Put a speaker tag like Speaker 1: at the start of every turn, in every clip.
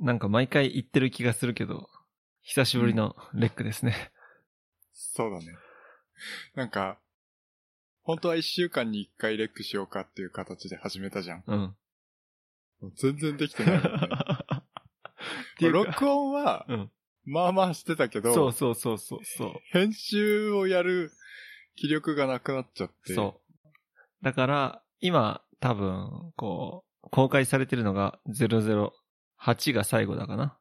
Speaker 1: なんか毎回言ってる気がするけど、久しぶりのレックですね。
Speaker 2: そうだね。なんか、本当は一週間に一回レックしようかっていう形で始めたじゃん。
Speaker 1: うん。
Speaker 2: もう全然できてな いよね、
Speaker 1: ていうか
Speaker 2: まあ録音は、
Speaker 1: うん
Speaker 2: まあまあしてたけど、
Speaker 1: そうそうそうそうそう。
Speaker 2: 編集をやる気力がなくなっちゃって。
Speaker 1: そう。だから、今、多分、こう、公開されてるのが008が最後だかな。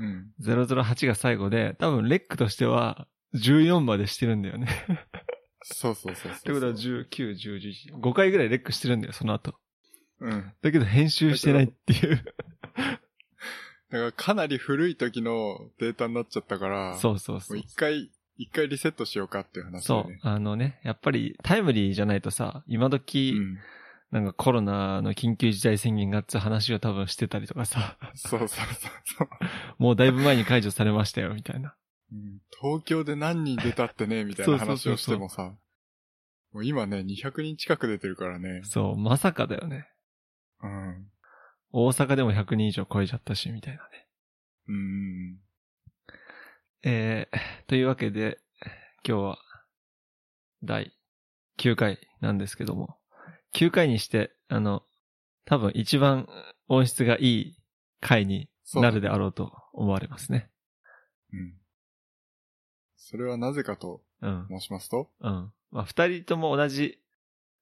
Speaker 2: う。うん。
Speaker 1: 008が最後で、多分レックとしては14までしてるんだよね。
Speaker 2: そうそうそうそう。
Speaker 1: ってことは19、10、11、5回ぐらいレックしてるんだよ、その後。
Speaker 2: うん。
Speaker 1: だけど編集してないっていう。
Speaker 2: だからかなり古い時のデータになっちゃったから、
Speaker 1: そうそう
Speaker 2: も
Speaker 1: そうう。
Speaker 2: 一回、一回リセットしようかっていう話だ
Speaker 1: そ
Speaker 2: よ
Speaker 1: う
Speaker 2: ね。。
Speaker 1: あのね、やっぱりタイムリーじゃないとさ、今時、
Speaker 2: ん。
Speaker 1: なんかコロナの緊急事態宣言がっつう話を多分してたりとかさ、
Speaker 2: そうそうそうそう。
Speaker 1: もうだいぶ前に解除されましたよ、みたいな。
Speaker 2: うん東京で何人出たってね、みたいな話をしてもさ、もう今ね、200人近く出てるからね。
Speaker 1: そう、まさかだよね。
Speaker 2: うん。
Speaker 1: 大阪でも100人以上超えちゃったし、みたいなね。
Speaker 2: うん。
Speaker 1: えー、というわけで、今日は、第9回なんですけども、9回にして、あの、多分一番音質がいい回に
Speaker 2: そう
Speaker 1: なるであろうと思われますね。
Speaker 2: うん。それはなぜかと
Speaker 1: うん。
Speaker 2: 申しますと、
Speaker 1: うん。まあ、二人とも同じ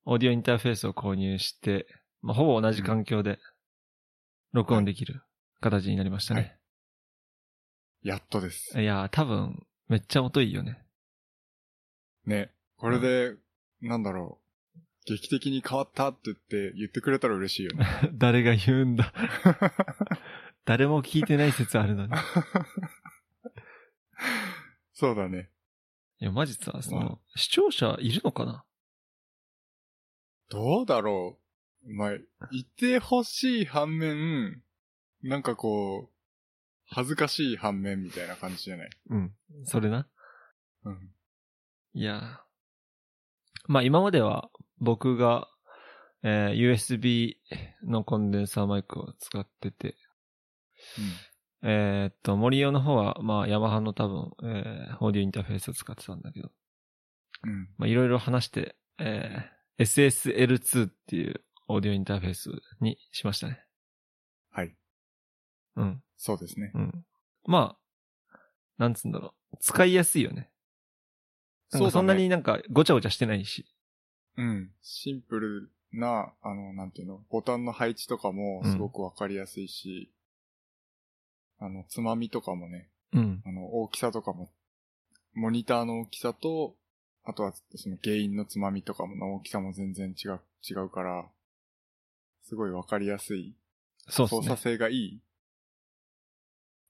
Speaker 1: オーディオインターフェースを購入して、まあ、ほぼ同じ環境で録音できる形になりましたね。
Speaker 2: やっとです。
Speaker 1: い、やー、多分、めっちゃ音いいよね。
Speaker 2: ね。これで、なんだろう。劇的に変わったって言って、言ってくれたら嬉しいよ ね。
Speaker 1: 誰が言うん だ。誰も聞いてない説あるのに。
Speaker 2: そうだね。
Speaker 1: いや、マジさ、そ
Speaker 2: うん
Speaker 1: の、視聴者いるのかな
Speaker 2: どうだろう。まあ、いてほしい反面、なんかこう、恥ずかしい反面みたいな感じじゃない
Speaker 1: うん。それな。
Speaker 2: うん。
Speaker 1: いやー。まあ、今までは僕が、えー USB のコンデンサーマイクを使ってて、えーっと、森尾の方は、まあ、ヤマハの多分、えーオーディオインターフェースを使ってたんだけど、
Speaker 2: うん。うん。
Speaker 1: まあ、いろいろ話して、えー SSL2 っていうオーディオインターフェースにしましたね。
Speaker 2: はい。
Speaker 1: うん。
Speaker 2: そうですね。
Speaker 1: うん。まあ、なんつうんだろう。使いやすいよね。なんかそんな
Speaker 2: だね
Speaker 1: になんかごちゃごちゃしてないし。
Speaker 2: うん。シンプルな、あの、なんていうの、ボタンの配置とかもすごくわかりやすいし、あの、つまみとかもね、
Speaker 1: うん。
Speaker 2: あの、大きさとかも、モニターの大きさと、あとはその原因のつまみとかもの大きさも全然違う、違うから、すごいわかりやすい、
Speaker 1: そうっす
Speaker 2: 操
Speaker 1: ね
Speaker 2: 作。性がいい、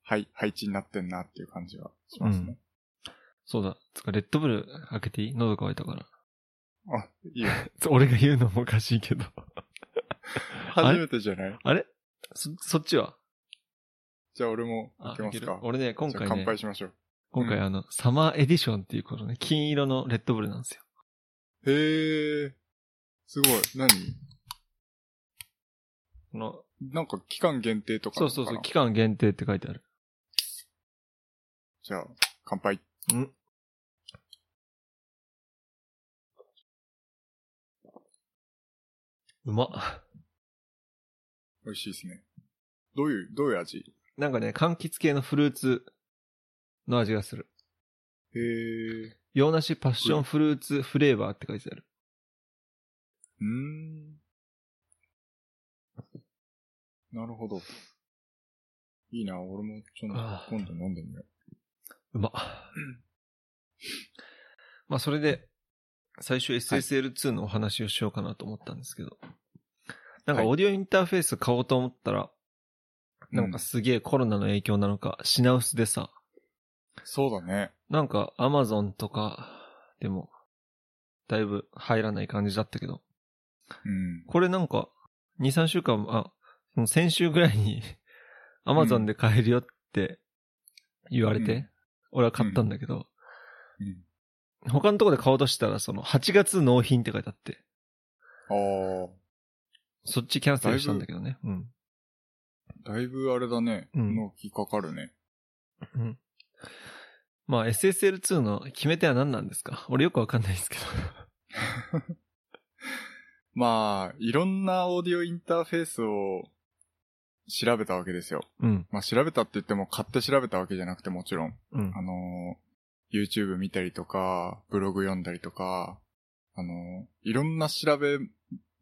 Speaker 2: はい、配置になってんなっていう感じはしますね。
Speaker 1: そうだ。つか、レッドブル開けていい喉乾いたから。
Speaker 2: あ、いいよ。
Speaker 1: つ俺が言うのもおかしいけど。あ
Speaker 2: 初
Speaker 1: れ
Speaker 2: めてじゃない
Speaker 1: あれそ、そっちは
Speaker 2: じゃあ俺も
Speaker 1: あ
Speaker 2: 開けます
Speaker 1: いける
Speaker 2: か。
Speaker 1: 俺ね、今
Speaker 2: じゃあ
Speaker 1: 回
Speaker 2: 乾
Speaker 1: ね、
Speaker 2: 杯しましょう。
Speaker 1: 今回
Speaker 2: うん
Speaker 1: あの、サマーエディションっていうこのね、金色のレッドブルなんですよ。
Speaker 2: へえ、すごい。何
Speaker 1: この、
Speaker 2: なんか期間限定とかな
Speaker 1: そ
Speaker 2: の
Speaker 1: う
Speaker 2: か
Speaker 1: そ
Speaker 2: な
Speaker 1: うそう、期間限定って書いてある。
Speaker 2: じゃあ、乾杯。
Speaker 1: うん。うまっ。
Speaker 2: 美味しいですね。どういう、どういう味
Speaker 1: なんかね、柑橘系のフルーツの味がする。
Speaker 2: へえ。
Speaker 1: 洋梨パッションフルーツフレーバーって書いてある。
Speaker 2: うーん。なるほど。いいな、俺もちょっと
Speaker 1: ああ
Speaker 2: 今度飲んでみよ
Speaker 1: うまっ。まあ、それで、最初 SSL2 のお話をしようかなと思ったんですけど。なんか、
Speaker 2: はい
Speaker 1: オーディオインターフェース買おうと思ったら、
Speaker 2: う。
Speaker 1: なんかすげえコロナの影響なのか、品薄でさ、
Speaker 2: うんそうだね。
Speaker 1: なんかアマゾンとかでも、だいぶ入らない感じだったけど、
Speaker 2: うん。
Speaker 1: これなんか、2、3週間、あ、その先週ぐらいに、 アマゾンで買えるよって言われて、
Speaker 2: うん
Speaker 1: 俺は買ったんだけど、
Speaker 2: うん。
Speaker 1: 他のとこで買おうとしたら、その、8月納品って書いてあって、
Speaker 2: ああ。
Speaker 1: そっちキャンセルしたんだけどね。うん。
Speaker 2: だいぶあれだね。
Speaker 1: うん
Speaker 2: 納期かかるね。
Speaker 1: うん。まあ SSL2 の決め手は何なんですか俺よくわかんないですけど。
Speaker 2: まあ、いろんなオーディオインターフェースを調べたわけですよ。
Speaker 1: うん。
Speaker 2: まあ調べたって言っても買って調べたわけじゃなくてもちろん。
Speaker 1: うん
Speaker 2: あ。のー YouTube 見たりとか、ブログ読んだりとか、あのーいろんな調べ、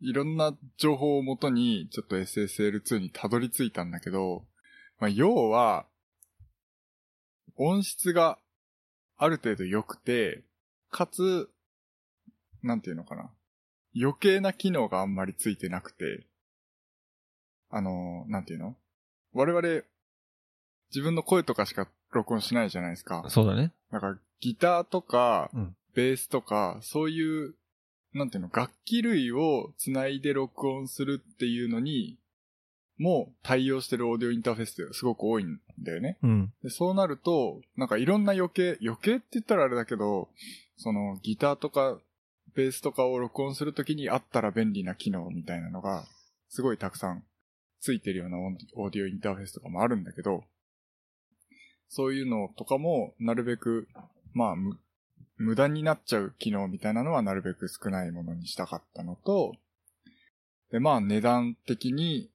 Speaker 2: いろんな情報をもとに、ちょっと SSL2 にたどり着いたんだけど、まあ、要は、音質がある程度良くて、かつ、なんていうのかな。余計な機能があんまりついてなくて、あのーなんていうの我々、自分の声とかしか録音しないじゃないですか。
Speaker 1: そうだね。
Speaker 2: なんか、ギターとか
Speaker 1: うん、
Speaker 2: ベースとか、そういう、なんていうの、楽器類を繋いで録音するっていうのに、もう対応してるオーディオインターフェースってすごく多いんだよね。
Speaker 1: うん。
Speaker 2: でそうなると、なんかいろんな余計、余計って言ったらあれだけど、そのギターとかベースとかを録音するときにあったら便利な機能みたいなのが、すごいたくさんついてるようなオンオーディオインターフェースとかもあるんだけど、そういうのとかもなるべく、まあ、む無駄になっちゃう機能みたいなのはなるべく少ないものにしたかったのと、で、まあ値段的に、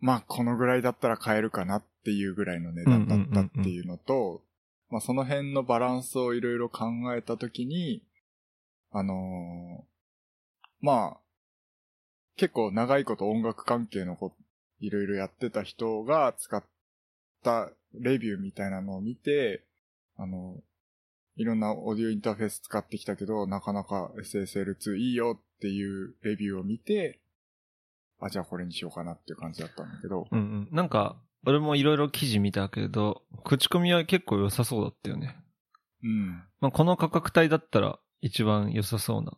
Speaker 2: まあこのぐらいだったら買えるかなっていうぐらいの値段だったっていうのと、まあその辺のバランスをいろいろ考えたときに、あのーまあ、結構長いこと音楽関係のこと、いろいろやってた人が使ったレビューみたいなのを見て、あの、いろんなオーディオインターフェース使ってきたけど、なかなか SSL2 いいよっていうレビューを見て、あ、じゃあこれにしようかなっていう感じだったんだけど、
Speaker 1: うんうん。なんか、俺もいろいろ記事見たけど、口コミは結構良さそうだったよね。
Speaker 2: うん。
Speaker 1: まあ、この価格帯だったら一番良さそうな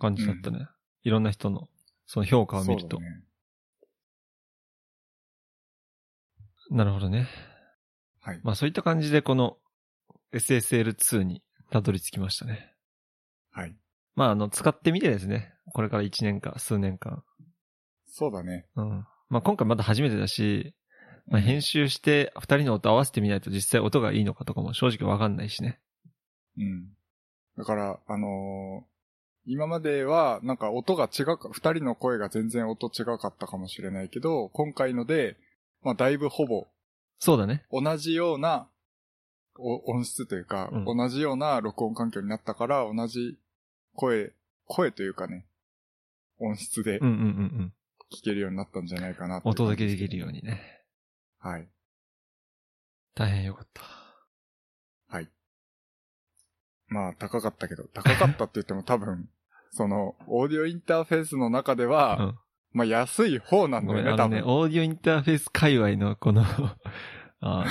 Speaker 1: 感じだったね。いろんな人の、その評価を見る
Speaker 2: そう
Speaker 1: と。
Speaker 2: だね。
Speaker 1: なるほどね。
Speaker 2: はい。
Speaker 1: まあそういった感じでこの SSL2 にたどり着きましたね。
Speaker 2: はい。
Speaker 1: まああの、使ってみてですね。これから1年か数年間。
Speaker 2: そうだね。
Speaker 1: うん。まあ今回まだ初めてだし、まあ、
Speaker 2: うん
Speaker 1: 編集して2人の音合わせてみないと実際音がいいのかとかも正直わかんないしね。
Speaker 2: うん。だから、あのー今までは、なんか音が違うか、二人の声が全然音違かったかもしれないけど、今回ので、まあ、だいぶほぼ
Speaker 1: そうだね。
Speaker 2: 同じようなお音質というか、
Speaker 1: うん
Speaker 2: 同じような録音環境になったから、同じ声、声というかね、音質で
Speaker 1: うんうんうんうん。
Speaker 2: 聞けるようになったんじゃないかなってい
Speaker 1: お
Speaker 2: う感
Speaker 1: 届
Speaker 2: じ
Speaker 1: け
Speaker 2: す
Speaker 1: できるようにね。
Speaker 2: はい。
Speaker 1: 大変よかった。
Speaker 2: まあ、高かったけど、高かったって言っても多分、 その、オーディオインターフェースの中では、
Speaker 1: うん
Speaker 2: まあ、安い方なん
Speaker 1: ご
Speaker 2: だ
Speaker 1: め
Speaker 2: よ
Speaker 1: ん、あの
Speaker 2: ね、多
Speaker 1: ね、
Speaker 2: 分。
Speaker 1: オーディオインターフェース界隈のこの、 あの、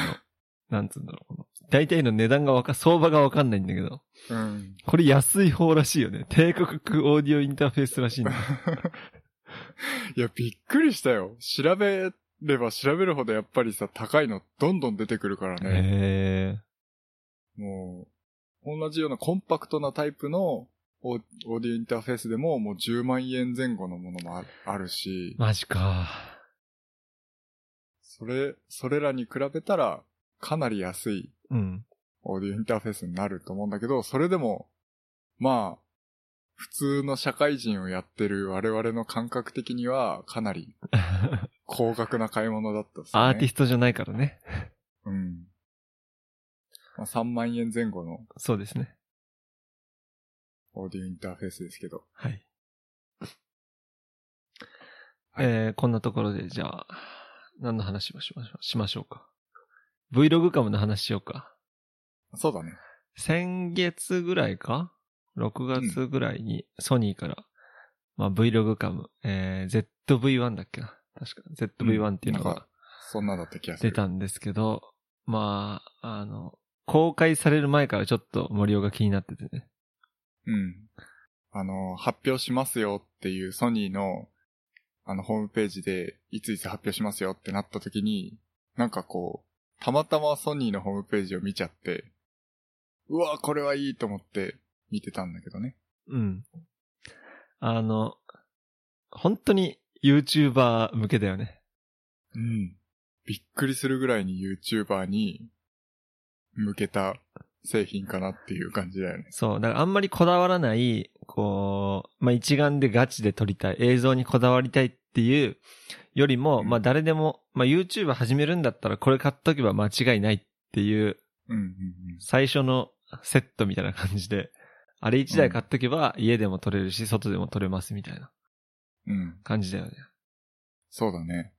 Speaker 1: なんつうんだろう、この、大体の値段がわか、相場がわかんないんだけど、
Speaker 2: うん。
Speaker 1: これ安い方らしいよね。帝国オーディオインターフェースらしいんだ。
Speaker 2: いや、びっくりしたよ。調べれば調べるほどやっぱりさ、高いのどんどん出てくるからね。
Speaker 1: へ
Speaker 2: もう、同じようなコンパクトなタイプのオーオーディオインターフェースでももう10万円前後のものもああるし
Speaker 1: ー、、マジか。
Speaker 2: それ、それらに比べたらかなり安い
Speaker 1: うん。
Speaker 2: オーディオインターフェースになると思うんだけど、それでも、まあ、普通の社会人をやってる我々の感覚的にはかなり高額な買い物だったです ね。
Speaker 1: アーティストじゃないからね。
Speaker 2: うん。まあ、3万円前後の
Speaker 1: そうですね。
Speaker 2: オーディオインターフェースですけど。
Speaker 1: はい。
Speaker 2: はい
Speaker 1: えー、こんなところで、じゃあ、何の話をしましょうしましょうか。Vlog カムの話しようか。
Speaker 2: そうだね。
Speaker 1: 先月ぐらいか ?6 月ぐらいにソニーから、まあ Vlog カム、えー、ZV-1 だっけな確か ZV-1 っていうの
Speaker 2: うんなん
Speaker 1: が
Speaker 2: かそんなだった気がす
Speaker 1: 出
Speaker 2: る。
Speaker 1: たんですけど、まあ、あの、公開される前からちょっと森尾が気になっててね。
Speaker 2: うん。あの、発表しますよっていうソニーの、あの、ホームページで、いついつ発表しますよってなった時に、なんかこう、たまたまソニーのホームページを見ちゃって、うわ、これはいいと思って見てたんだけどね。
Speaker 1: うん。あの、本当に YouTuber 向けだよね。
Speaker 2: うん。びっくりするぐらいに YouTuber に向けた製品かなっていう感じだよね。
Speaker 1: そう。だからあんまりこだわらない、こう、まあ、一眼でガチで撮りたい、映像にこだわりたいっていうよりも、
Speaker 2: うん
Speaker 1: まあ、誰でも、まあ、YouTube 始めるんだったらこれ買っとけば間違いないっていう
Speaker 2: うんうん
Speaker 1: 最初のセットみたいな感じで、あれ一台買っとけば家でも撮れるし、外でも撮れますみたいな
Speaker 2: うん。うん。
Speaker 1: 感じだよね。
Speaker 2: そうだね。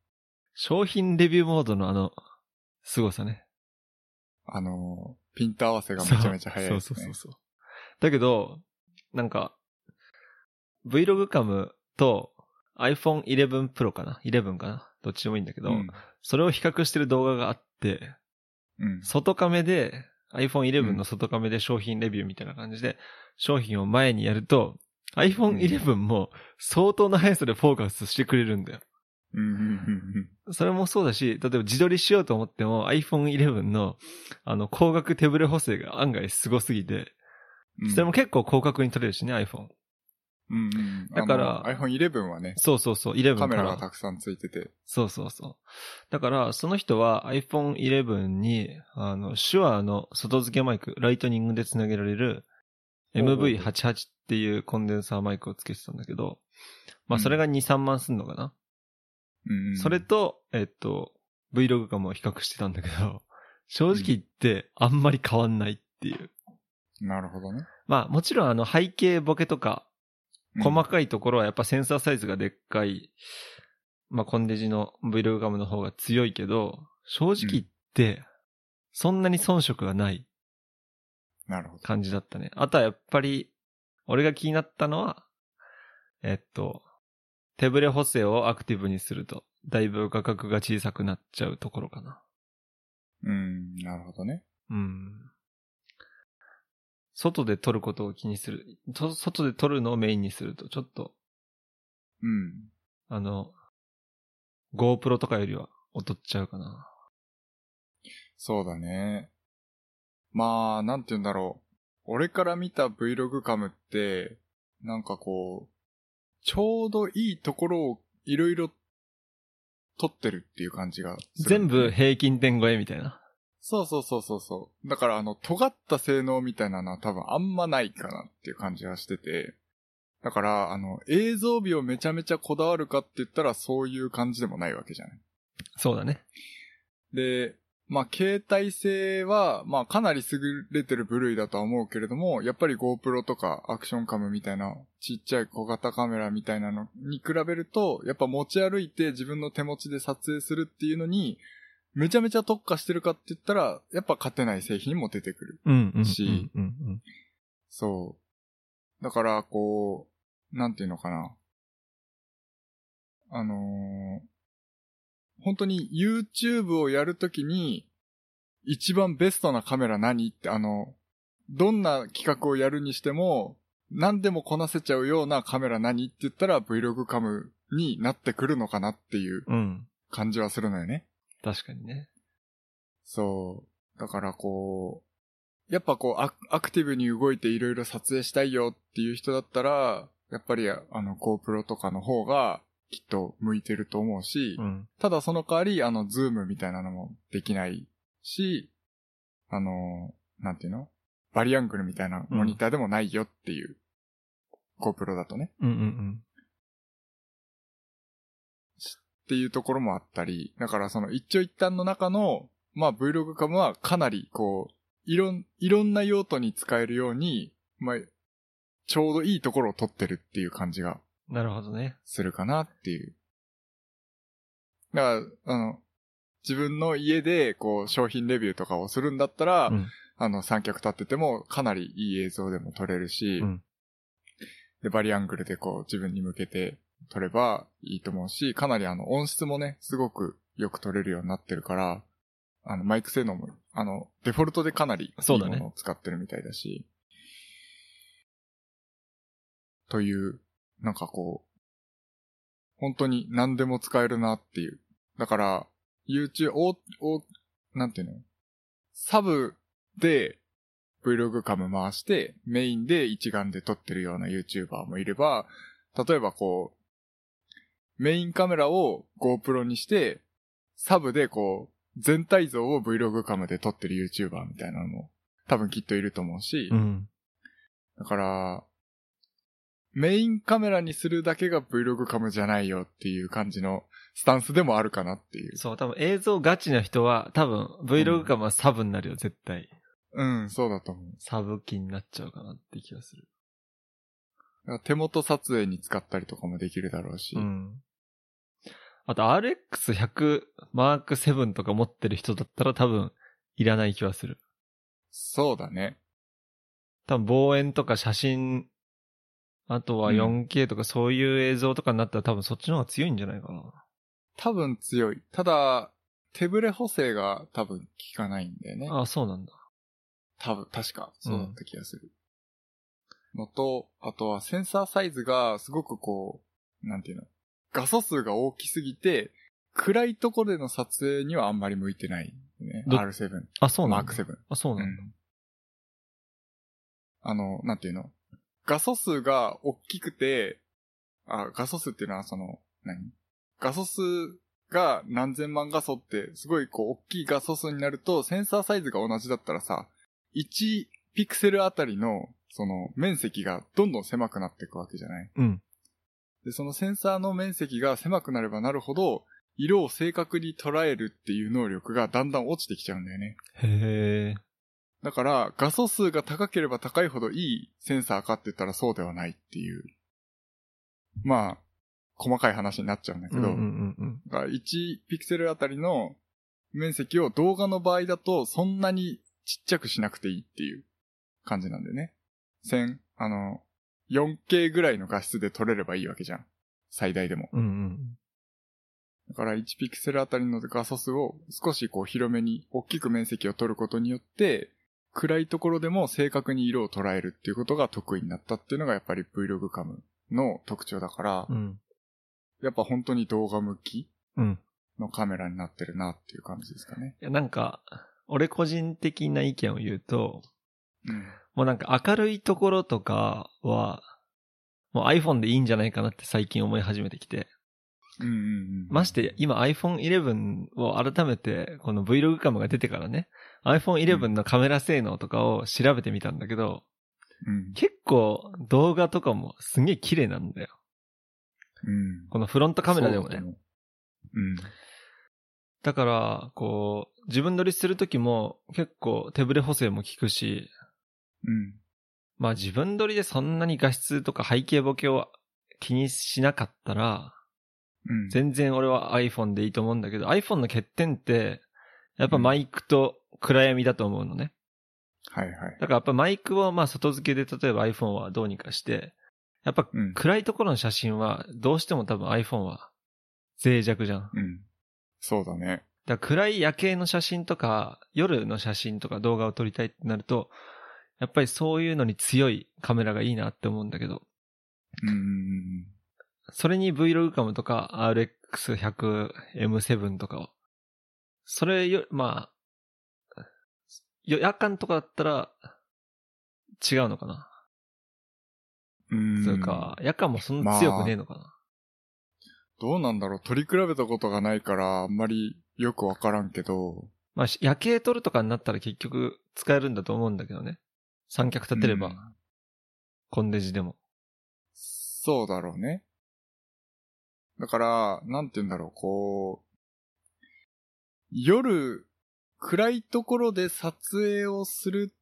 Speaker 1: 商品レビューモードのあの、凄さね。
Speaker 2: あのー、ピント合わせがめちゃめちゃ早いで
Speaker 1: そ
Speaker 2: す
Speaker 1: う
Speaker 2: ね。
Speaker 1: そうそうそう。だけど、なんか、Vlog カムと iPhone 11 Pro かな ?11 かなどっちでもいいんだけど、
Speaker 2: うん
Speaker 1: それを比較してる動画があって、
Speaker 2: うん。
Speaker 1: 外カメで、iPhone
Speaker 2: う
Speaker 1: 11
Speaker 2: ん
Speaker 1: の外カメで商品レビューみたいな感じで、商品を前にやると、iPhone 11も相当な速さでフォーカスしてくれるんだよ。
Speaker 2: うんうんうん
Speaker 1: それもそうだし、例えば自撮りしようと思っても iPhone 11の、あの、光学手ブレ補正が案外すごすぎて、
Speaker 2: うん。
Speaker 1: それも結構広角に撮れるしね、iPhone。
Speaker 2: うんうん。
Speaker 1: だから
Speaker 2: あの iPhone 11はね、
Speaker 1: そうそうそう、11
Speaker 2: カ
Speaker 1: か
Speaker 2: メラが
Speaker 1: ら。
Speaker 2: たくさんついてて。
Speaker 1: そうそうそう。だから、その人は iPhone 11に、あの、手話の外付けマイク、ライトニングでつなげられる
Speaker 2: おうおう
Speaker 1: MV88 っていうコンデンサーマイクをつけてたんだけど、まあ、それが2、3万すんのかな。
Speaker 2: うんうん。
Speaker 1: それと、えっと、Vlog かも比較してたんだけど、正直言ってあんまり変わんないっていう。
Speaker 2: なるほどね。
Speaker 1: まあもちろんあの背景ボケとか、
Speaker 2: うん
Speaker 1: 細かいところはやっぱセンサーサイズがでっかい、まあコンデジの Vlog ガムの方が強いけど、正直言って、そんなに遜色がない
Speaker 2: なるほど。
Speaker 1: 感じだったね。あとはやっぱり、俺が気になったのは、えっと、手ブレ補正をアクティブにすると、だいぶ画角が小さくなっちゃうところかな。
Speaker 2: うん、なるほどね。
Speaker 1: うん。外で撮ることを気にする。と外で撮るのをメインにすると、ちょっと、
Speaker 2: うん。
Speaker 1: あの、GoPro とかよりは劣っちゃうかな。
Speaker 2: そうだね。まあ、なんて言うんだろう。俺から見た Vlog カムって、なんかこう、ちょうどいいところをいろいろ撮ってるっていう感じがする。
Speaker 1: 全部。平均点超えみたいな。
Speaker 2: そうそうそうそうそう。だからあの、尖った性能みたいなのは多分あんまないかなっていう感じがしてて。だから、あの、映像美をめちゃめちゃこだわるかって言ったらそういう感じでもないわけじゃない。
Speaker 1: そうだね。
Speaker 2: で、まあ、携帯性は、まあ、かなり優れてる部類だとは思うけれども、やっぱり GoPro とかアクションカムみたいな、ちっちゃい小型カメラみたいなのに比べると、やっぱ持ち歩いて自分の手持ちで撮影するっていうのに、めちゃめちゃ特化してるかって言ったら、やっぱ勝てない製品も出てくる。
Speaker 1: うんうん。
Speaker 2: し
Speaker 1: うんうん
Speaker 2: そう。だから、こう、なんていうのかな。あのー本当に YouTube をやるときに、一番ベストなカメラ何って、あの、どんな企画をやるにしても、何でもこなせちゃうようなカメラ何って言ったら Vlog カムになってくるのかなっていう
Speaker 1: うん。うん。
Speaker 2: 感じはするのよね。
Speaker 1: 確かにね。
Speaker 2: そう。だからこう、やっぱこうアク、アクティブに動いていろいろ撮影したいよっていう人だったら、やっぱりあの GoPro とかの方がきっと向いてると思うし、
Speaker 1: うん。
Speaker 2: ただその代わりあのズームみたいなのもできないし、あの、なんていうのバリアングルみたいなモニターでもないよっていう、GoPro だとね。
Speaker 1: うんうん
Speaker 2: っていうところもあったり、だからその一長一短の中の、まあ Vlog カムはかなりこう、いろん、いろんな用途に使えるように、まあ、ちょうどいいところを取ってるっていう感じが
Speaker 1: うん。なるほどね。
Speaker 2: するかなっていう。だから、あの、自分の家でこう商品レビューとかをするんだったら、
Speaker 1: うん
Speaker 2: あの三脚立っててもかなりいい映像でも撮れるし、
Speaker 1: うん
Speaker 2: で、バリアングルでこう自分に向けて撮ればいいと思うし、かなりあの音質もね、すごくよく撮れるようになってるから、あのマイク性能も、あの、デフォルトでかなりい
Speaker 1: そ
Speaker 2: いう
Speaker 1: だ
Speaker 2: も
Speaker 1: ね
Speaker 2: のを使ってるみたいだし、という、なんかこう、本当に何でも使えるなっていう。だから、YouTube、お、お、なんていうのサブで Vlog カム回して、メインで一眼で撮ってるような YouTuber もいれば、例えばこう、メインカメラを GoPro にして、サブでこう、全体像を Vlog カムで撮ってる YouTuber みたいなのも多分きっといると思うし、
Speaker 1: うん。
Speaker 2: だから、メインカメラにするだけが Vlog カムじゃないよっていう感じのスタンスでもあるかなっていう。
Speaker 1: そう、多分映像ガチな人は、多分 Vlog かまあサブになるよ、絶対。
Speaker 2: うん、そうだと思う。
Speaker 1: サブ機になっちゃうかなって気がする。
Speaker 2: だから手元撮影に使ったりとかもできるだろうし。
Speaker 1: うん。あと RX100 マーク7とか持ってる人だったら多分いらない気はする。
Speaker 2: そうだね。
Speaker 1: 多分望遠とか写真、あとは
Speaker 2: うん
Speaker 1: 4K とかそういう映像とかになったら多分そっちの方が強いんじゃないかな。
Speaker 2: 多分強い。ただ、手ブレ補正が多分効かないんだよね。
Speaker 1: ああ、そうなんだ。
Speaker 2: 多分、確か、そうだった気がする。のと、あとはセンサーサイズがすごくこう、なんていうの、画素数が大きすぎて、暗いところでの撮影にはあんまり向いてない、ね。
Speaker 1: ど
Speaker 2: R7、
Speaker 1: あ、そうな
Speaker 2: マー
Speaker 1: んだ
Speaker 2: ク。7。
Speaker 1: あ、そうなんだ。
Speaker 2: うんあの、なんていうの画素数が大きくて、あ、画素数っていうのはその、何画素数が何千万画素って、すごいこう、大きい画素数になると、センサーサイズが同じだったらさ、1ピクセルあたりの、その、面積がどんどん狭くなっていくわけじゃない
Speaker 1: うん。
Speaker 2: で、そのセンサーの面積が狭くなればなるほど、色を正確に捉えるっていう能力がだんだん落ちてきちゃうんだよね。
Speaker 1: へえ。
Speaker 2: だから、画素数が高ければ高いほどいいセンサーかって言ったらそうではないっていう。まあ、細かい話になっちゃうんだけ
Speaker 1: う
Speaker 2: ど、
Speaker 1: んうんうんうん。
Speaker 2: だから1ピクセルあたりの面積を動画の場合だとそんなにちっちゃくしなくていいっていう感じなんだよね。1000、あの、4K ぐらいの画質で撮れればいいわけじゃん。最大でも。
Speaker 1: うんうん。
Speaker 2: だから1ピクセルあたりの画素数を少しこう広めに大きく面積を取ることによって暗いところでも正確に色を捉えるっていうことが得意になったっていうのがやっぱり Vlog カムの特徴だから、
Speaker 1: うん。
Speaker 2: やっぱ本当に動画向き
Speaker 1: うん。
Speaker 2: のカメラになってるなっていう感じですかね。
Speaker 1: いや、なんか、俺個人的な意見を言うと、
Speaker 2: うん。
Speaker 1: もうなんか明るいところとかは、もう iPhone でいいんじゃないかなって最近思い始めてきて。
Speaker 2: うんうんうん。
Speaker 1: まして今 iPhone 11を改めて、この Vlog カムが出てからね、iPhone 11のカメラ性能とかを調べてみたんだけど、
Speaker 2: うん。
Speaker 1: 結構動画とかもすげえ綺麗なんだよ。
Speaker 2: うん。
Speaker 1: このフロントカメラでも
Speaker 2: そうだ
Speaker 1: ね
Speaker 2: と。思う。うん。
Speaker 1: だから、こう、自分撮りするときも結構手ブレ補正も効くし、
Speaker 2: うん。
Speaker 1: まあ自分撮りでそんなに画質とか背景ボケを気にしなかったら、
Speaker 2: うん。
Speaker 1: 全然俺は iPhone でいいと思うんだけど、iPhone の欠点って、やっぱマイクと暗闇だと思うのね。
Speaker 2: はいはい。
Speaker 1: だからやっぱマイクをまあ外付けで例えば iPhone はどうにかして、やっぱ
Speaker 2: うん。
Speaker 1: 暗いところの写真はどうしても多分 iPhone は脆弱じゃん。だか
Speaker 2: うん。そうだね。
Speaker 1: ら暗い夜景の写真とか夜の写真とか動画を撮りたいってなると、やっぱりそういうのに強いカメラがいいなって思うんだけど、
Speaker 2: うんうんうん。
Speaker 1: それに Vlog カムとか RX100M7 とかを。それよ、まあ、よ夜間とかだったら違うのかな。
Speaker 2: うん。
Speaker 1: そうか、夜間もそんな強くねえのかな。
Speaker 2: どうなんだろう取り比べたことがないから、あんまりよくわからんけど。
Speaker 1: まあ、し夜景撮るとかになったら結局使えるんだと思うんだけどね。三脚立てれば、
Speaker 2: うん
Speaker 1: コンデジでも。
Speaker 2: そうだろうね。だから、なんて言うんだろう、こう、夜、暗いところで撮影をする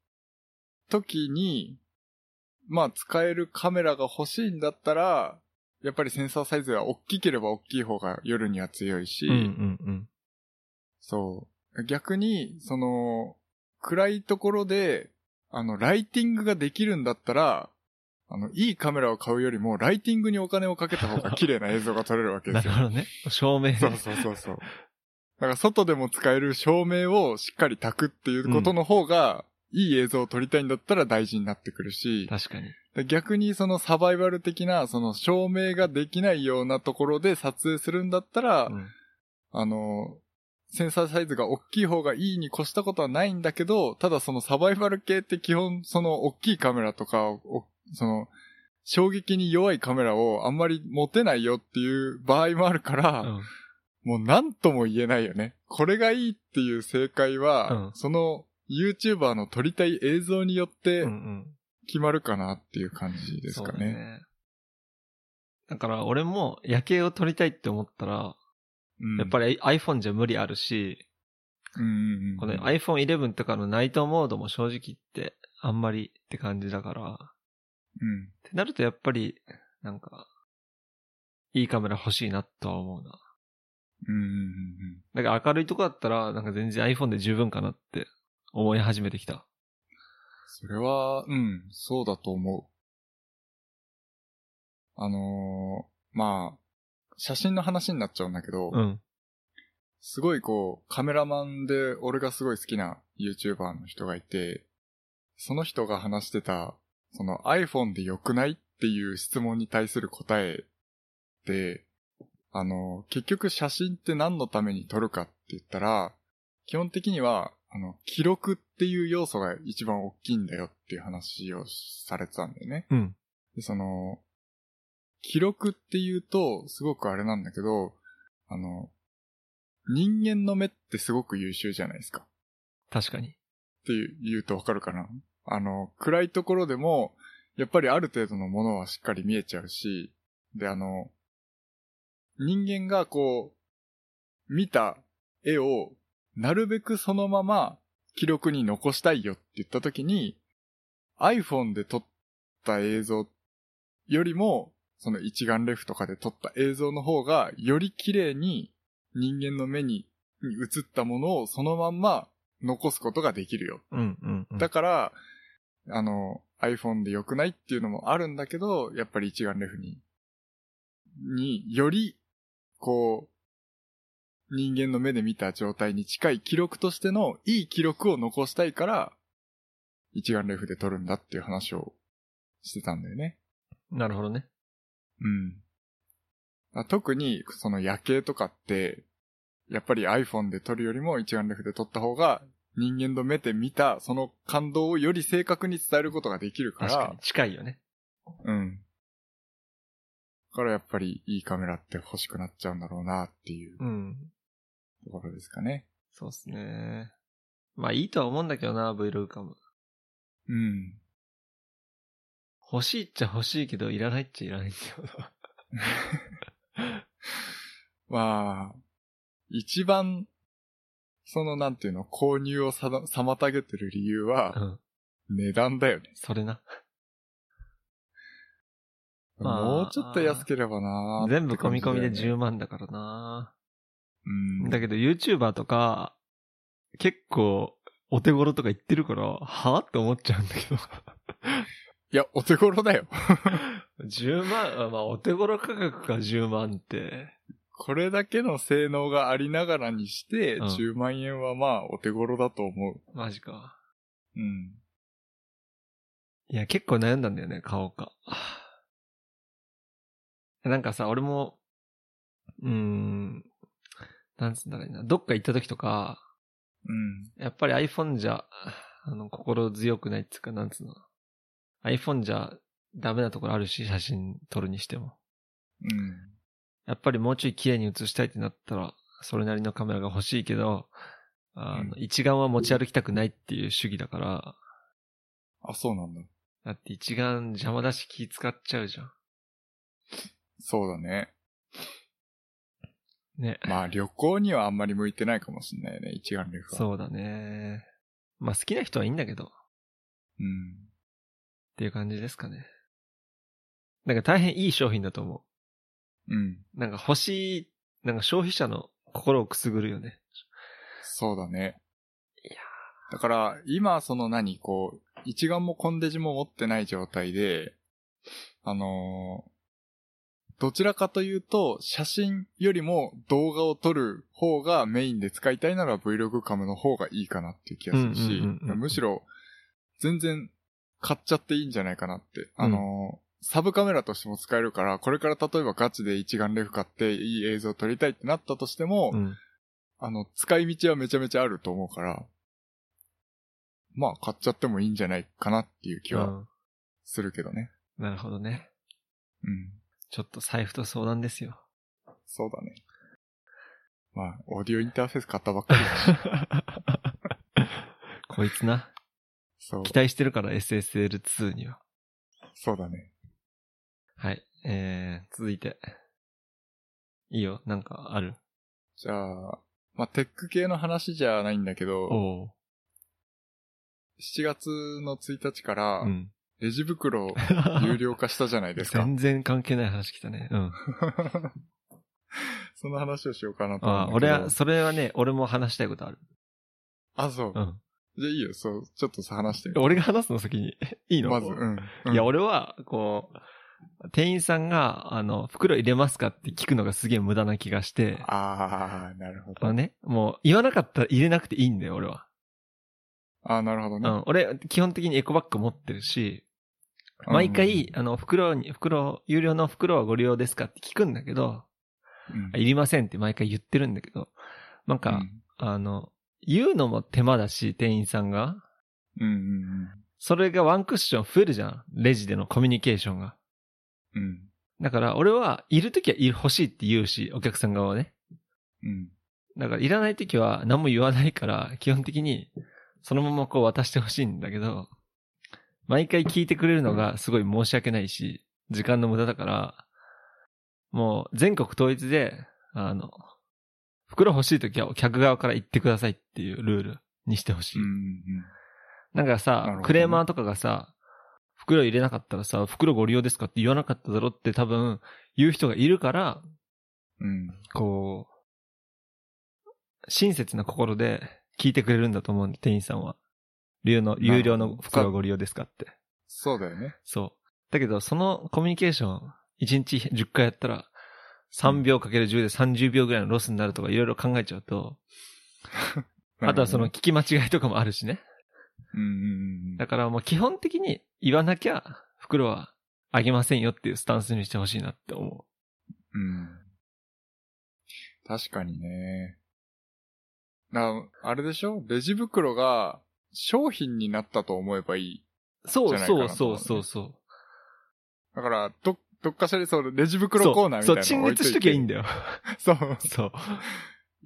Speaker 2: ときに、まあ使えるカメラが欲しいんだったら、やっぱりセンサーサイズは大きければ大きい方が夜には強いし、
Speaker 1: うんうんうん。
Speaker 2: そう。逆に、その、暗いところで、あの、ライティングができるんだったら、あの、いいカメラを買うよりも、ライティングにお金をかけた 方が綺麗な映像が撮れるわけで
Speaker 1: な
Speaker 2: す
Speaker 1: る
Speaker 2: よ。
Speaker 1: ほどね。照明ね
Speaker 2: そうそうそうそう。だから、外でも使える照明をしっかり焚くっていうことの方が、いい映像を撮りたいんだったら大事になってくるし、
Speaker 1: 確かに。
Speaker 2: で逆にそのサバイバル的な、その照明ができないようなところで撮影するんだったら、
Speaker 1: うん
Speaker 2: あの、センサーサイズが大きい方がいいに越したことはないんだけど、ただそのサバイバル系って基本その大きいカメラとか、おその衝撃に弱いカメラをあんまり持てないよっていう場合もあるから、
Speaker 1: うん
Speaker 2: もう何とも言えないよね。これがいいっていう正解は、
Speaker 1: うん
Speaker 2: その YouTuber の撮りたい映像によって
Speaker 1: うんうん。
Speaker 2: 決まるかなっていう感じですか
Speaker 1: そうだ
Speaker 2: ね。
Speaker 1: だから俺も夜景を撮りたいって思ったら、
Speaker 2: うん
Speaker 1: やっぱり iPhone じゃ無理あるし、
Speaker 2: うんうんうん、
Speaker 1: この iPhone 11とかのナイトモードも正直言ってあんまりって感じだから、
Speaker 2: うん。
Speaker 1: ってなるとやっぱり、なんか、いいカメラ欲しいなとは思うな。
Speaker 2: うんうん
Speaker 1: だから明るいとこだったら、なんか全然 iPhone で十分かなって思い始めてきた。
Speaker 2: それは、うん、そうだと思う。あのーまあ、写真の話になっちゃうんだけど、
Speaker 1: うん。
Speaker 2: すごいこう、カメラマンで俺がすごい好きな YouTuber の人がいて、その人が話してた、その iPhone で良くないっていう質問に対する答えで、あの、結局写真って何のために撮るかって言ったら、基本的には、あの、記録っていう要素が一番大きいんだよっていう話をされてたんだよね。
Speaker 1: うん。
Speaker 2: で、その、記録っていうと、すごくあれなんだけど、あの、人間の目ってすごく優秀じゃないですか。っ
Speaker 1: 確かに。
Speaker 2: ていう言うとわかるかなあの、暗いところでも、やっぱりある程度のものはしっかり見えちゃうし、で、あの、人間がこう、見た絵を、なるべくそのまま記録に残したいよって言った時に、iPhone で撮った映像よりも、その一眼レフとかで撮った映像の方が、より綺麗に人間の目にに映ったものをそのまんま残すことができるよ
Speaker 1: うんうん、うん。
Speaker 2: だから、あの、iPhone で良くないっていうのもあるんだけど、やっぱり一眼レフに、により、こう、人間の目で見た状態に近い記録としてのいい記録を残したいから、一眼レフで撮るんだっていう話をしてたんだよね。
Speaker 1: なるほどね。
Speaker 2: うん。あ特に、その夜景とかって、やっぱり iPhone で撮るよりも一眼レフで撮った方が、人間の目で見た、その感動をより正確に伝えることができるか
Speaker 1: 確
Speaker 2: ら、
Speaker 1: かに。近いよね。
Speaker 2: うん。だからやっぱりいいカメラって欲しくなっちゃうんだろうなっていう
Speaker 1: うん。
Speaker 2: ところですかね。
Speaker 1: そうっすね。まあいいとは思うんだけどな、Vlog カム。
Speaker 2: うん。
Speaker 1: 欲しいっちゃ欲しいけど、いらないっちゃいらないんだよな。
Speaker 2: まあ、一番、そのなんていうの、購入をさだ妨げてる理由
Speaker 1: う
Speaker 2: は、
Speaker 1: ん。
Speaker 2: 値段だよね。
Speaker 1: それな。まあ
Speaker 2: もうちょっと安ければなー
Speaker 1: 全部込み込みで
Speaker 2: って感じだよ
Speaker 1: 10
Speaker 2: ね
Speaker 1: 万だからな。
Speaker 2: うん。
Speaker 1: だけど YouTuber とか、結構、お手頃とか言ってるから、はぁって思っちゃうんだ けど。
Speaker 2: いや、お手頃だよ。
Speaker 1: 10万、あまあお手頃価格か10万って。
Speaker 2: これだけの性能がありながらにして、
Speaker 1: うん
Speaker 2: 10万円はまあ、お手頃だと思う。
Speaker 1: マジか。
Speaker 2: うん。
Speaker 1: いや、結構悩んだんだよね、買おうか。 なんかさ、俺も、うーん、なんつうんだろうな、どっか行った時とか、
Speaker 2: うん。
Speaker 1: やっぱり iPhone じゃ、あの、心強くないっていうか、なんつうの。iPhone じゃダメなところあるし、写真撮るにしても。
Speaker 2: うん。
Speaker 1: やっぱりもうちょい綺麗に写したいってなったら、それなりのカメラが欲しいけど、あの、
Speaker 2: う
Speaker 1: 一眼は持ち歩きたくないっていう主義だから、
Speaker 2: あ、そうなんだ。
Speaker 1: だって一眼邪魔だし気使っちゃうじゃん。
Speaker 2: そうだね。
Speaker 1: ね。
Speaker 2: まあ、旅行にはあんまり向いてないかもしんないよね、一眼レフは。う。
Speaker 1: そうだね。まあ好きな人はいいんだけど、っ
Speaker 2: うん。
Speaker 1: ていう感じですかね。なんか大変いい商品だと思
Speaker 2: うん。
Speaker 1: う。なんか欲しい、なんか消費者の心をくすぐるよね。
Speaker 2: そうだね。
Speaker 1: いや
Speaker 2: だから、今、その何、こう、一眼もコンデジも持ってない状態で、あのーどちらかというと、写真よりも動画を撮る方がメインで使いたいなら Vlog カムの方がいいかなっていう気がするし
Speaker 1: うんうんうん、うんうん
Speaker 2: むしろ、全然買っちゃっていいんじゃないかなって。あのーサブカメラとしても使えるから、これから例えばガチで一眼レフ買っていい映像撮りたいってなったとしても、
Speaker 1: うん。
Speaker 2: あの、使い道はめちゃめちゃあると思うから、まあ、買っちゃってもいいんじゃないかなっていう気
Speaker 1: う
Speaker 2: は
Speaker 1: ん
Speaker 2: するけどね。
Speaker 1: なるほどね。
Speaker 2: うん。
Speaker 1: ちょっと財布と相談ですよ。
Speaker 2: そうだね。まあ、オーディオインターフェース買ったばっかりだし。
Speaker 1: こいつな。
Speaker 2: そう。
Speaker 1: 期待してるから SSL2 には。
Speaker 2: そうだね。
Speaker 1: はい。えー、続いて。いいよ、なんかある
Speaker 2: じゃあ、まあ、テック系の話じゃないんだけど、
Speaker 1: おう
Speaker 2: 7月の1日から、
Speaker 1: うん。
Speaker 2: レジ袋を有料化したじゃないですか。
Speaker 1: 全然関係ない話来たね。うん。
Speaker 2: その話をしようかなと思
Speaker 1: ああ、
Speaker 2: うんだけ
Speaker 1: 俺
Speaker 2: ど。
Speaker 1: は、それはね、俺も話したいことある。
Speaker 2: あ、そう。
Speaker 1: うん。
Speaker 2: じゃあいいよ、そう、ちょっとさ話してみて
Speaker 1: 俺が話すの先に。 いいの
Speaker 2: まず、うん。
Speaker 1: いや、
Speaker 2: うん
Speaker 1: 俺は、こう、店員さんが、あの、袋入れますかって聞くのがすげえ無駄な気がして、
Speaker 2: あー、なるほ
Speaker 1: あ
Speaker 2: ど。
Speaker 1: のね、もう、言わなかったら入れなくていいんだよ、俺は。
Speaker 2: あー、なるほど
Speaker 1: う
Speaker 2: ね。
Speaker 1: ん、俺、基本的にエコバッグ持ってるし、
Speaker 2: うん
Speaker 1: 毎回、、あの、袋に、袋、有料の袋はご利用ですかって聞くんだけど、
Speaker 2: うん
Speaker 1: いりませんって毎回言ってるんだけど、なんか、あの、言うのも手間だし、店員さんが。
Speaker 2: うんうん
Speaker 1: それがワンクッション増えるじゃん。レジでのコミュニケーションが。
Speaker 2: うん。うん。
Speaker 1: だから、俺は、いるときはいる欲しいって言うし、お客さん側はね。
Speaker 2: うん。
Speaker 1: だから、いらないときは何も言わないから、基本的に、そのままこう渡してほしいんだけど、毎回聞いてくれるのがすごい申し訳ないし、時間の無駄だから、もう全国統一で、あの、袋欲しいときは客側から言ってくださいっていうルールにしてほしい。
Speaker 2: うんうん
Speaker 1: なんか
Speaker 2: なるほ
Speaker 1: さ
Speaker 2: ど、ね
Speaker 1: クレーマーとかがさ、袋入れなかったらさ、袋ご利用ですかって言わなかっただろって多分言う人がいるから、
Speaker 2: うん。うん。
Speaker 1: こう、親切な心で聞いてくれるんだと思うんで、店員さんは。有料の、有料の袋ご利用ですかって。
Speaker 2: そうだよね。
Speaker 1: そう。だけど、そのコミュニケーション、1日10回やったら、3秒かける10で30秒ぐらいのロスになるとかいろいろ考えちゃうと、あとはその
Speaker 2: なる
Speaker 1: 聞き間違いとかもあるしね。
Speaker 2: ほどね、うんうんうん
Speaker 1: だからもう基本的に言わなきゃ袋はあげませんよっていうスタンスにしてほしいなって思
Speaker 2: うん。確かにね。な、あれでしょレジ袋が商品になったと思えばいい。
Speaker 1: う。そう
Speaker 2: じゃないか
Speaker 1: そ
Speaker 2: な
Speaker 1: うそうそうそう。
Speaker 2: だから、ど、どっかしらにそのレジ袋コーナーみた
Speaker 1: そ、
Speaker 2: いうな
Speaker 1: 陳
Speaker 2: の置いと
Speaker 1: 列しと
Speaker 2: いて。
Speaker 1: きゃいいんだよ。
Speaker 2: そう。
Speaker 1: そう。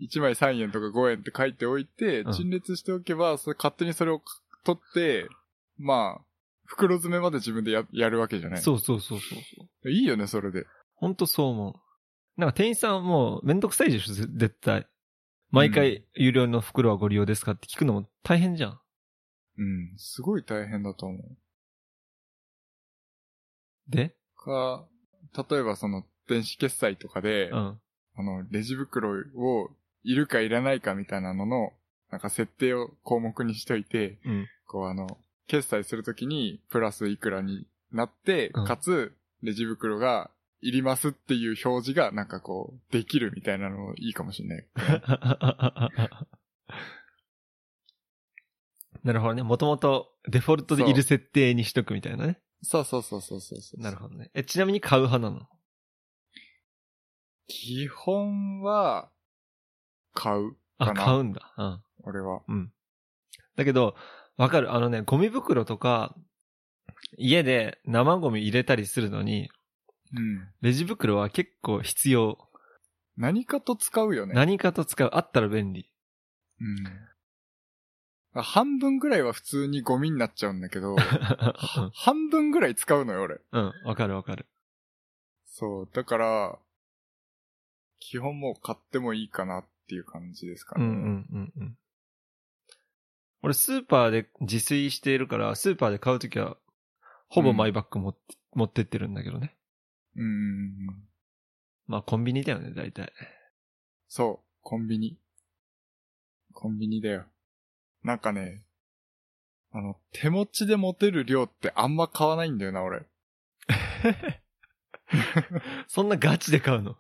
Speaker 2: 1枚3円とか5円って書いておいて、
Speaker 1: うん
Speaker 2: 陳列しておけば、それ勝手にそれを取って、まあ、袋詰めまで自分でややるわけじゃない。
Speaker 1: そうそうそうそう。
Speaker 2: いいよね、それで。
Speaker 1: ほんとそう思う。なんか店員さんはもうめんどくさいでしょ、ぜ絶対。毎回有料の袋はご利用ですかって聞くのも大変じゃん。
Speaker 2: うん。すごい大変だと思う。
Speaker 1: で
Speaker 2: か、例えばその、電子決済とかで、
Speaker 1: うん。
Speaker 2: あの、レジ袋をいるかいらないかみたいなのの、なんか設定を項目にしといて、
Speaker 1: うん
Speaker 2: こうあの、決済するときにプラスいくらになって、
Speaker 1: うん
Speaker 2: かつ、レジ袋がいりますっていう表示がなんかこう、できるみたいなのもいいかもしれない。
Speaker 1: なるほどね。もともとデフォルトでいる設定にしとくみたいなね。
Speaker 2: そうそうそうそうそうそう。
Speaker 1: なるほどね。え、ちなみに買う派なの
Speaker 2: 基本は、買う、
Speaker 1: あ、
Speaker 2: かな
Speaker 1: 買うんだ。うん。
Speaker 2: 俺は。
Speaker 1: だけど、わかる。あのね、ゴミ袋とか、家で生ゴミ入れたりするのに、
Speaker 2: うん。
Speaker 1: レジ袋は結構必要。
Speaker 2: 何かと使うよね。
Speaker 1: 何かと使う。あったら便利。
Speaker 2: うん。半分ぐらいは普通にゴミになっちゃうんだけど、は半分ぐらい使うのよ、俺。
Speaker 1: うん、わかるわかる。
Speaker 2: そう、だから、基本もう買ってもいいかなっていう感じですか
Speaker 1: うん
Speaker 2: ね。
Speaker 1: うんうんうん。俺、スーパーで自炊しているから、スーパーで買うときは、ほぼマイバッグ持って、持ってってるんだけどね。
Speaker 2: うんうんうん。
Speaker 1: まあ、コンビニだよね、大体。
Speaker 2: そう、コンビニ。コンビニだよ。なんかね、あの、手持ちで持てる量ってあんま買わないんだよな、俺。
Speaker 1: そんなガチで買うの。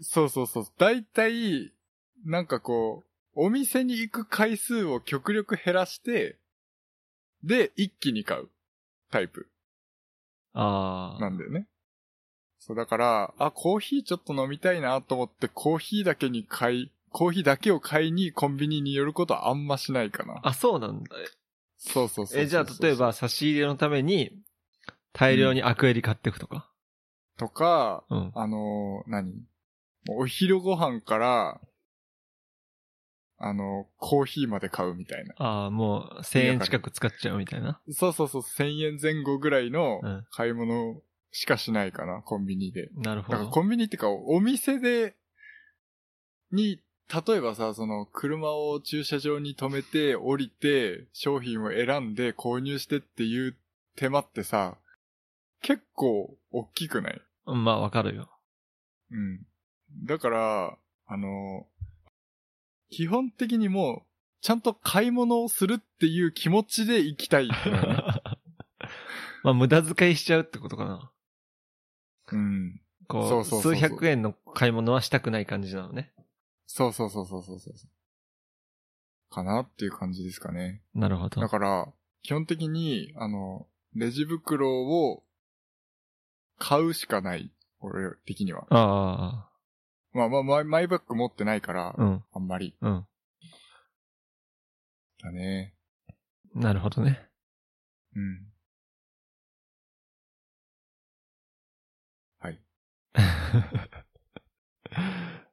Speaker 2: そうそうそう。だいたい、なんかこう、お店に行く回数を極力減らして、で、一気に買うタイプ
Speaker 1: ああ。
Speaker 2: なんだよね。そう、だから、あ、コーヒーちょっと飲みたいなと思って、コーヒーだけに買い、コーヒーだけを買いにコンビニに寄ることはあんましないかな。
Speaker 1: あ、そうなんだ。
Speaker 2: そうそうそうそうそう。
Speaker 1: え、じゃあ、例えば、差し入れのために、大量にアクエリ買っていくとか。
Speaker 2: とか、
Speaker 1: うん。
Speaker 2: あのー何もうお昼ご飯から、あの、コーヒーまで買うみたいな。
Speaker 1: ああ、もう1000円近く使っちゃうみたいな。
Speaker 2: そうそうそう、1000円前後ぐらいの
Speaker 1: うん
Speaker 2: 買い物しかしないかな、コンビニで。
Speaker 1: なるほ
Speaker 2: だから
Speaker 1: ど。
Speaker 2: コンビニってか、お店で、に、例えばさ、その、車を駐車場に止めて、降りて、商品を選んで購入してっていう手間ってさ、結構大きくない
Speaker 1: うんまあわかるよ。
Speaker 2: うん。だから、あの、基本的にもう、ちゃんと買い物をするっていう気持ちで行きたい、ね。
Speaker 1: まあ無駄遣いしちゃうってことかな。
Speaker 2: うん。
Speaker 1: こう、
Speaker 2: そうそうそうそう
Speaker 1: 数百円の買い物はしたくない感じなのね。
Speaker 2: そうそうそうそうそうそうそう。かなっていう感じですかね。
Speaker 1: なるほど
Speaker 2: だ。から、基本的に、あの、レジ袋を買うしかない。俺的には。
Speaker 1: あ
Speaker 2: まあまあ、マイマイバッグ持ってないから
Speaker 1: あ、、うん、
Speaker 2: あんまり。
Speaker 1: うん。
Speaker 2: だね。
Speaker 1: なるほどね。
Speaker 2: うん。 はい。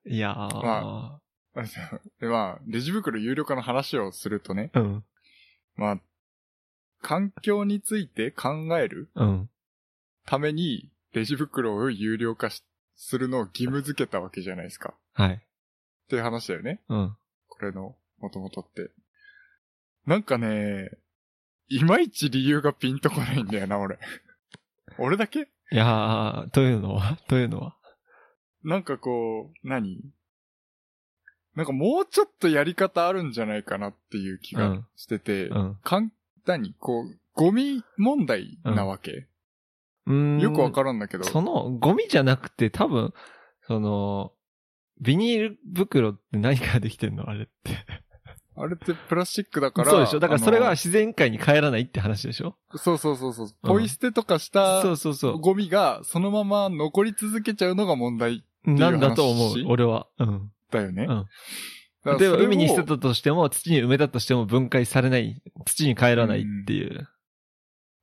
Speaker 1: いやー、
Speaker 2: まで、まあ、レジ袋有料化の話をするとね、
Speaker 1: うん、
Speaker 2: まあ、環境について考える
Speaker 1: うん。
Speaker 2: ために、レジ袋を有料化しするのを義務付けたわけじゃないですか。
Speaker 1: はい。
Speaker 2: っていう話だよね。
Speaker 1: うん。
Speaker 2: これの、元々って。なんかね、いまいち理由がピンとこないんだよな、俺。 俺だけ
Speaker 1: いやー、というのは というのは
Speaker 2: なんかこう、何なんかもうちょっとやり方あるんじゃないかなっていう気
Speaker 1: う
Speaker 2: が
Speaker 1: ん
Speaker 2: してて、
Speaker 1: うん。
Speaker 2: 簡単に、こう、ゴミ問題なわけ、
Speaker 1: うーん
Speaker 2: よくわからんだけど。
Speaker 1: その、ゴミじゃなくて多分、その、ビニール袋って何からできてんのあれって。
Speaker 2: あれってプラスチックだから。
Speaker 1: そうでしょだからそれ
Speaker 2: あ
Speaker 1: が
Speaker 2: の
Speaker 1: 自然界に帰らないって話でしょ
Speaker 2: そうそうそうそう。ポイ捨てとかした
Speaker 1: そうそうそ
Speaker 2: ゴミがそのまま残り続けちゃうのが問題
Speaker 1: う。なんだと思う
Speaker 2: っていう、話
Speaker 1: 俺は。うん。
Speaker 2: だよね。
Speaker 1: うん
Speaker 2: だから
Speaker 1: 例え
Speaker 2: そ
Speaker 1: ば
Speaker 2: れを
Speaker 1: 海に捨てたとしても、土に埋めたとしても分解されない、土に帰らないっていう、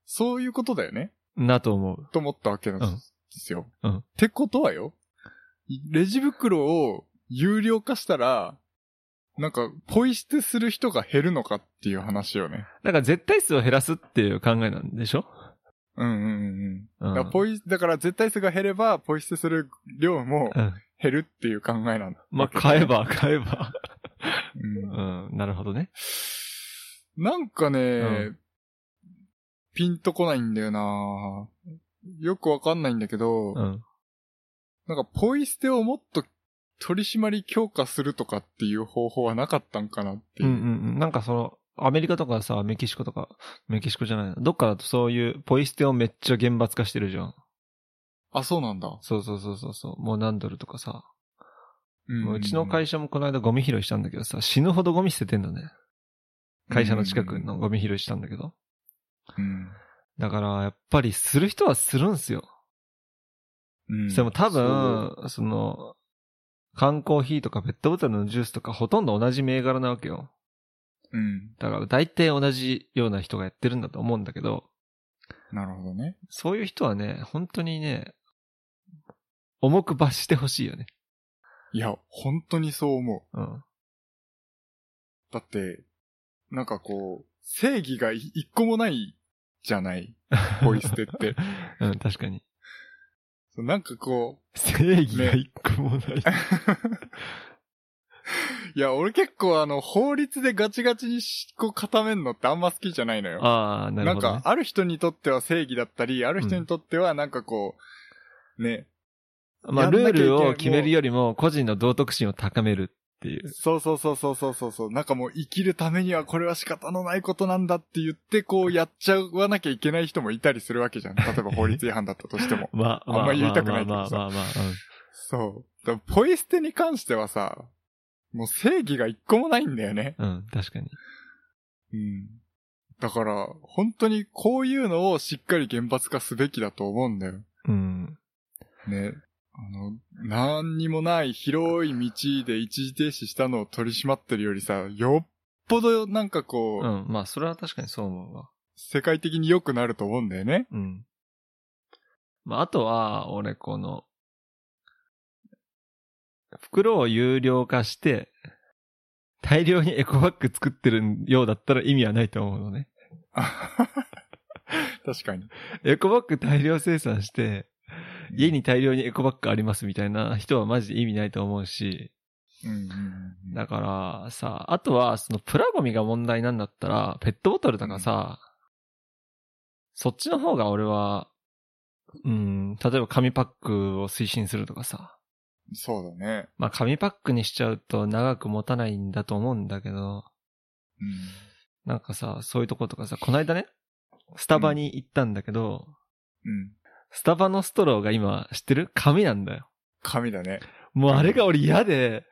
Speaker 2: そういうことだよね。
Speaker 1: なと思う。
Speaker 2: と思ったわけなんで
Speaker 1: うん
Speaker 2: すよ。
Speaker 1: うん
Speaker 2: ってことはよ、レジ袋を有料化したら、なんか、ポイ捨てする人が減るのかっていう話よね。
Speaker 1: だから絶対数を減らすっていう考えなんでしょ
Speaker 2: うんうんうんう
Speaker 1: う
Speaker 2: ん。
Speaker 1: ん。
Speaker 2: だからポイ、だから絶対数が減れば、ポイ捨てする量も
Speaker 1: うん
Speaker 2: 減るっていう考えなんだ。
Speaker 1: まあ、買えば、買えば。
Speaker 2: う
Speaker 1: うんん、なるほどね。
Speaker 2: なんかね、
Speaker 1: う
Speaker 2: ピンとこないんだよなよくわかんないんだけ
Speaker 1: う
Speaker 2: ど、
Speaker 1: ん。
Speaker 2: なんかポイ捨てをもっと取り締まり強化するとかっていう方法はなかったんかなって
Speaker 1: う
Speaker 2: い
Speaker 1: ん
Speaker 2: う。
Speaker 1: うんうん。なんかその、アメリカとかさ、メキシコとか、メキシコじゃないな。どっかだとそういうポイ捨てをめっちゃ厳罰化してるじゃん。
Speaker 2: あ、そうなんだ。
Speaker 1: そうそうそうそうそう。もう何ドルとかさ。
Speaker 2: うん
Speaker 1: もううちの会社もこの間ゴミ拾いしたんだけどさ、死ぬほどゴミ捨ててんだね。会社の近くのゴミ拾いしたんだけど。
Speaker 2: うん
Speaker 1: だから、やっぱりする人はするんすよ。
Speaker 2: うん
Speaker 1: でも多
Speaker 2: そう
Speaker 1: 分、その、缶コーヒーとかペットボトルのジュースとかほとんど同じ銘柄なわけよ。
Speaker 2: うん。
Speaker 1: だから大体同じような人がやってるんだと思うんだけど、
Speaker 2: なるほどね。
Speaker 1: そういう人はね、本当にね、重く罰してほしいよね。
Speaker 2: いや、本当にそう思
Speaker 1: うん。
Speaker 2: う。だって、なんかこう、正義がい一個もないじゃない。ポイ捨てって。
Speaker 1: うん、確かに。
Speaker 2: そうなんかこう、
Speaker 1: 正義が一個もない。
Speaker 2: いや、俺結構あの、法律でガチガチにしこう固めんのってあんま好きじゃないのよ。
Speaker 1: ああ、なる
Speaker 2: ん
Speaker 1: ほど、ね。
Speaker 2: か、ある人にとっては正義だったり、ある人にとってはなんかこう、ね、
Speaker 1: まあ、
Speaker 2: やんな
Speaker 1: ル
Speaker 2: き
Speaker 1: ー
Speaker 2: ゃいけない
Speaker 1: ルを決めるよりも、個人の道徳心を高めるっていう。。
Speaker 2: そうそうそうそうそうそうそう、なんかもう生きるためにはこれは仕方のないことなんだって言って、こうやっちゃわなきゃいけない人もいたりするわけじゃん。例えば法律違反だったとしても
Speaker 1: まあ、まあ、
Speaker 2: あんま言いたくないけ
Speaker 1: ま
Speaker 2: ど
Speaker 1: あ
Speaker 2: さ
Speaker 1: まあまあまあ、
Speaker 2: そう。だからポイ捨てに関してはさ、もう正義が一個もないんだよね。
Speaker 1: まあうん。うん、確かに。
Speaker 2: うん。だから、本当にこういうのをしっかり厳罰化すべきだと思うんだよ。
Speaker 1: うん。
Speaker 2: ね。あの、何にもない広い道で一時停止したのを取り締まってるよりさ、よっぽどなんかこう、
Speaker 1: うん、まあ、それは確かにそう思うわ。
Speaker 2: 世界的に良くなると思うんだよね。
Speaker 1: うん。まあ、あとは、俺、この、袋を有料化して、大量にエコバッグ作ってるようだったら意味はないと思うのね。
Speaker 2: 確かに。
Speaker 1: エコバッグ大量生産して、家に大量にエコバッグありますみたいな人はマジで意味ないと思うし、
Speaker 2: うんうんうん
Speaker 1: だからさ、あとはそのプラゴミが問題なんだったら、ペットボトルとかさ、そっちの方が俺は、うん、例えば紙パックを推進するとかさ、
Speaker 2: うん。そうだね。
Speaker 1: まあ紙パックにしちゃうと長く持たないんだと思うんだけど、
Speaker 2: うん。
Speaker 1: なんかさ、そういうとことかさ、こないだね、スタバに行ったんだけど、
Speaker 2: うん。
Speaker 1: スタバのストローが今知ってる紙なんだよ。
Speaker 2: 紙だね。
Speaker 1: もうあれが俺嫌で、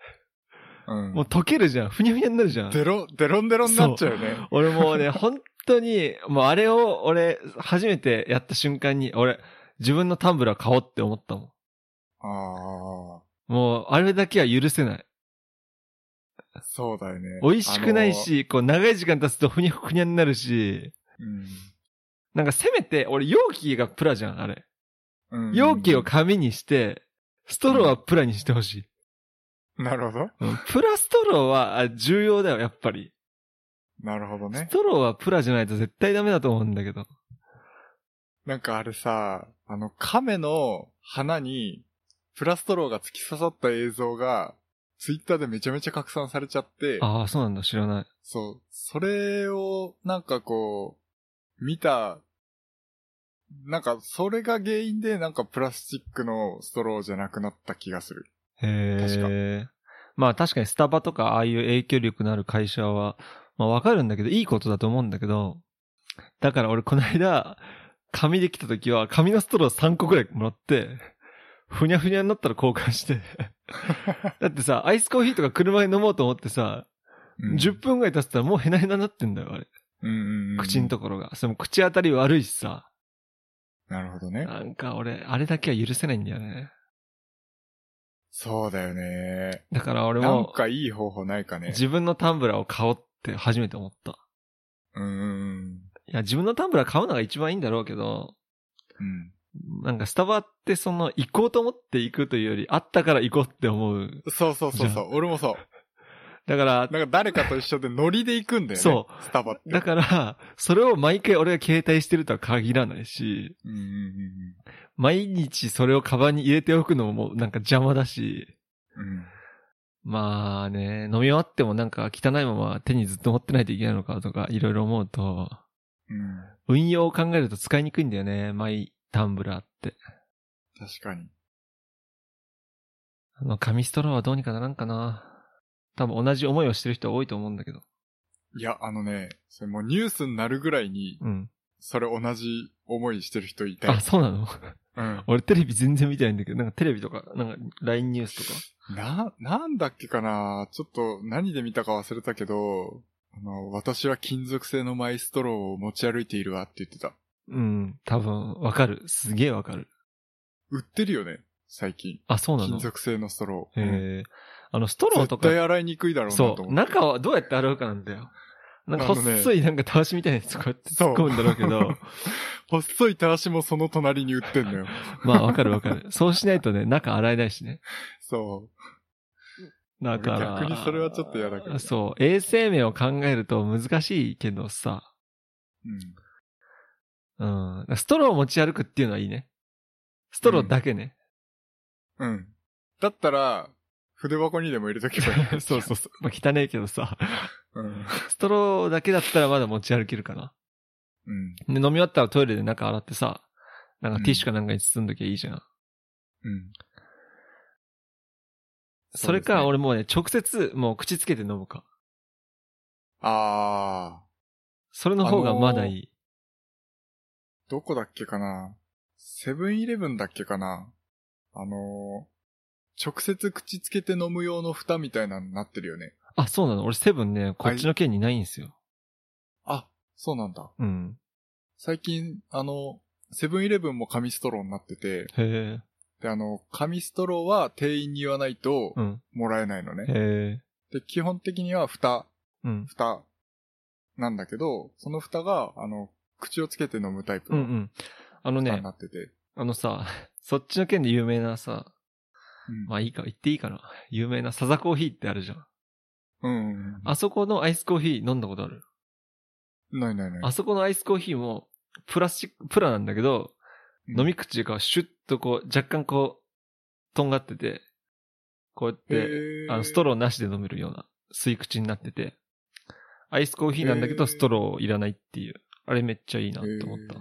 Speaker 2: うん。
Speaker 1: もう溶けるじゃん。ふにゃふにゃになるじゃん。
Speaker 2: デロ、デロンデロンになっちゃうね。
Speaker 1: 俺もうね、本当に、もうあれを俺、初めてやった瞬間に、俺、自分のタンブラー買おうって思ったも
Speaker 2: あ
Speaker 1: ん。もう、あれだけは許せない。
Speaker 2: あ、そうだよね。
Speaker 1: 美味しくないし、こう、長い時間経つとふにゃふにゃになるし、
Speaker 2: あの。
Speaker 1: なんかせめて、俺、容器がプラじゃん、あれ。
Speaker 2: うん。うん
Speaker 1: 容器を紙にして、ストローはプラにしてほしい。
Speaker 2: なるほど。
Speaker 1: うんプラストローはあ重要だよ、やっぱり。
Speaker 2: なるほど
Speaker 1: ス
Speaker 2: ね。
Speaker 1: トローはプラじゃないと絶対ダメだと思うんだけど。
Speaker 2: なんかあれさ、あの、亀の花に、プラストローが突き刺さった映像が、ツイッターでめちゃめちゃ拡散されちゃって、
Speaker 1: ああ、そうなんだ、知らない。
Speaker 2: そう、それを、なんかこう、見た、なんか、それが原因で、なんかプラスチックのストローじゃなくなった気がする。
Speaker 1: へえ。まあ確かにスタバとかああいう影響力のある会社は、まあわかるんだけど、いいことだと思うんだけど、だから俺この間、紙で来た時は、紙のストロー3個くらいもらって、ふにゃふにゃになったら交換 して。だってさ、アイスコーヒーとか車で飲もうと思ってさ、
Speaker 2: うん
Speaker 1: 10分ぐらい経ってたらもうへなへなになってんだよ、あれ。
Speaker 2: うんうんうん、
Speaker 1: 口のところが。それも口当たり悪いしさ。
Speaker 2: なるほどね。
Speaker 1: なんか俺、あれだけは許せないんだよね。
Speaker 2: そうだよね。
Speaker 1: だから俺
Speaker 2: なん
Speaker 1: も、
Speaker 2: かいい方法ないかね。
Speaker 1: 自分のタンブラーを買おうって初めて思った。
Speaker 2: うんうん
Speaker 1: いや、自分のタンブラー買うのが一番いいんだろうけど、
Speaker 2: うん。
Speaker 1: なんかスタバってその行こうと思って行くというより、あったから行こうって思う。
Speaker 2: うん。そうそうそう
Speaker 1: じ
Speaker 2: そ
Speaker 1: ゃ
Speaker 2: う。俺もそう。
Speaker 1: だから、
Speaker 2: なんか誰かと一緒でノリで行くんだよね。。
Speaker 1: そう
Speaker 2: スタバって。
Speaker 1: だから、それを毎回俺が携帯してるとは限らないし、
Speaker 2: うんうんうん
Speaker 1: 毎日それをカバンに入れておくのももうなんか邪魔だし、
Speaker 2: うん。うん。
Speaker 1: まあね、飲み終わってもなんか汚いまま手にずっと持ってないといけないのかとかいろいろ思うと、
Speaker 2: うん。
Speaker 1: 運用を考えると使いにくいんだよね、マイタンブラーって。
Speaker 2: 確かに。
Speaker 1: あの、紙ストローはどうにかならんかな。多分同じ思いをしてる人多いと思うんだけど。
Speaker 2: いや、あのね、それもうニュースになるぐらいに、
Speaker 1: うん。
Speaker 2: それ同じ思いしてる人いたよ
Speaker 1: あ、。そうなの
Speaker 2: うん。
Speaker 1: 俺テレビ全然見てないんだけど、なんかテレビとか、なんか LINE ニュースとか。
Speaker 2: な、なんだっけかなちょっと何で見たか忘れたけど、あの、私は金属製のマイストローを持ち歩いているわって言ってた。
Speaker 1: うん、多分わかる。すげえわかる。
Speaker 2: 売ってるよね、最近。
Speaker 1: あ、そうな
Speaker 2: 金
Speaker 1: の
Speaker 2: 属製のストロー。うん
Speaker 1: えー、あの、ストローと
Speaker 2: 絶
Speaker 1: か、
Speaker 2: 対洗いにくいだろうなと
Speaker 1: そ
Speaker 2: 思って。
Speaker 1: う、中はどうやって洗うかなんだよ。なんか
Speaker 2: あのね
Speaker 1: 細いなんかたわしみたいなやつこうやって突っ込むんだろうけど、
Speaker 2: 細いたわしもその隣に売ってんのよ。
Speaker 1: まあわかるわ かる。そうしないとね、中洗えないしね。
Speaker 2: そ
Speaker 1: だから。
Speaker 2: 逆にそれはちょっと嫌だけど
Speaker 1: そう、衛生面を考えると難しいけどさ、
Speaker 2: う。うん。
Speaker 1: うん。ストローを持ち歩くっていうのはいいね。ストローだけね。
Speaker 2: うん。だったら、筆箱にでも入れとけばい い。
Speaker 1: そうそうそう。まあ、汚いけどさ。
Speaker 2: う。うん。
Speaker 1: ストローだけだったらまだ持ち歩けるかな。
Speaker 2: うん。
Speaker 1: で、飲み終わったらトイレで中洗ってさ、なんかティッシュかなんかに包んどきゃいいじゃん。
Speaker 2: うん。
Speaker 1: それか、
Speaker 2: そうですね。
Speaker 1: 俺もうね、直接もう口つけて飲むか。
Speaker 2: あ
Speaker 1: それの方がまだいい。
Speaker 2: ー、どこだっけかなセブンイレブンだっけかなあのー、直接口つけて飲む用の蓋みたいなのになってるよね。
Speaker 1: あ、そうなの俺セブンね、こっちの県にないんですよ。
Speaker 2: あ、そうなんだ。
Speaker 1: うん。
Speaker 2: 最近、あの、セブンイレブンも紙ストローになってて、
Speaker 1: へえ。
Speaker 2: で、あの、紙ストローは店員に言わないと
Speaker 1: うん。
Speaker 2: もらえないのね。
Speaker 1: へえ。
Speaker 2: で、基本的には蓋、
Speaker 1: うん。
Speaker 2: 蓋なんだけど、その蓋が、あの、口をつけて飲むタイプ
Speaker 1: うんう
Speaker 2: の
Speaker 1: ん。あの
Speaker 2: 蓋に
Speaker 1: ね
Speaker 2: な、ってて。
Speaker 1: あのさ、そっちの県で有名なさ、
Speaker 2: うん
Speaker 1: まあいいか、言っていいかな。有名なサザコーヒーってあるじゃん。
Speaker 2: うんうん。
Speaker 1: あそこのアイスコーヒー飲んだことある。
Speaker 2: ないないない。
Speaker 1: あそこのアイスコーヒーも、プラスチック、プラなんだけど、
Speaker 2: うん
Speaker 1: 飲み口がシュッとこう、若干こう、とんがってて、こうやって、あの、スト
Speaker 2: ロ
Speaker 1: ローなしで飲めるような、吸い口になってて、アイスコーヒーなんだけ
Speaker 2: へー
Speaker 1: ど、ストローいらないっていう、あれめっちゃいいなと思った。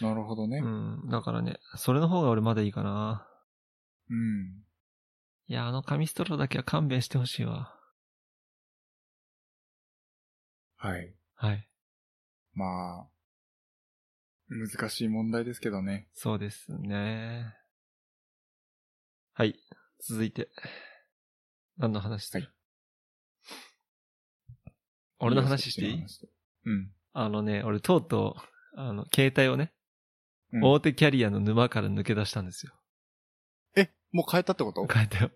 Speaker 2: た。なるほどね。
Speaker 1: うん、だからね、それの方が俺まだいいかな。
Speaker 2: うん。
Speaker 1: いや、あの紙ストローだけは勘弁してほしいわ。
Speaker 2: はい。
Speaker 1: はい。
Speaker 2: まあ、難しい問題ですけどね。
Speaker 1: そうですね。はい。続いて。何の話する、
Speaker 2: は
Speaker 1: 俺の話していい
Speaker 2: よそっちの話で
Speaker 1: あのね、俺とうとう、あの、携帯をね、
Speaker 2: うん。うん
Speaker 1: 大手キャリアの沼から抜け出したんですよ。
Speaker 2: え、もう変えたってこと
Speaker 1: 変えたよ。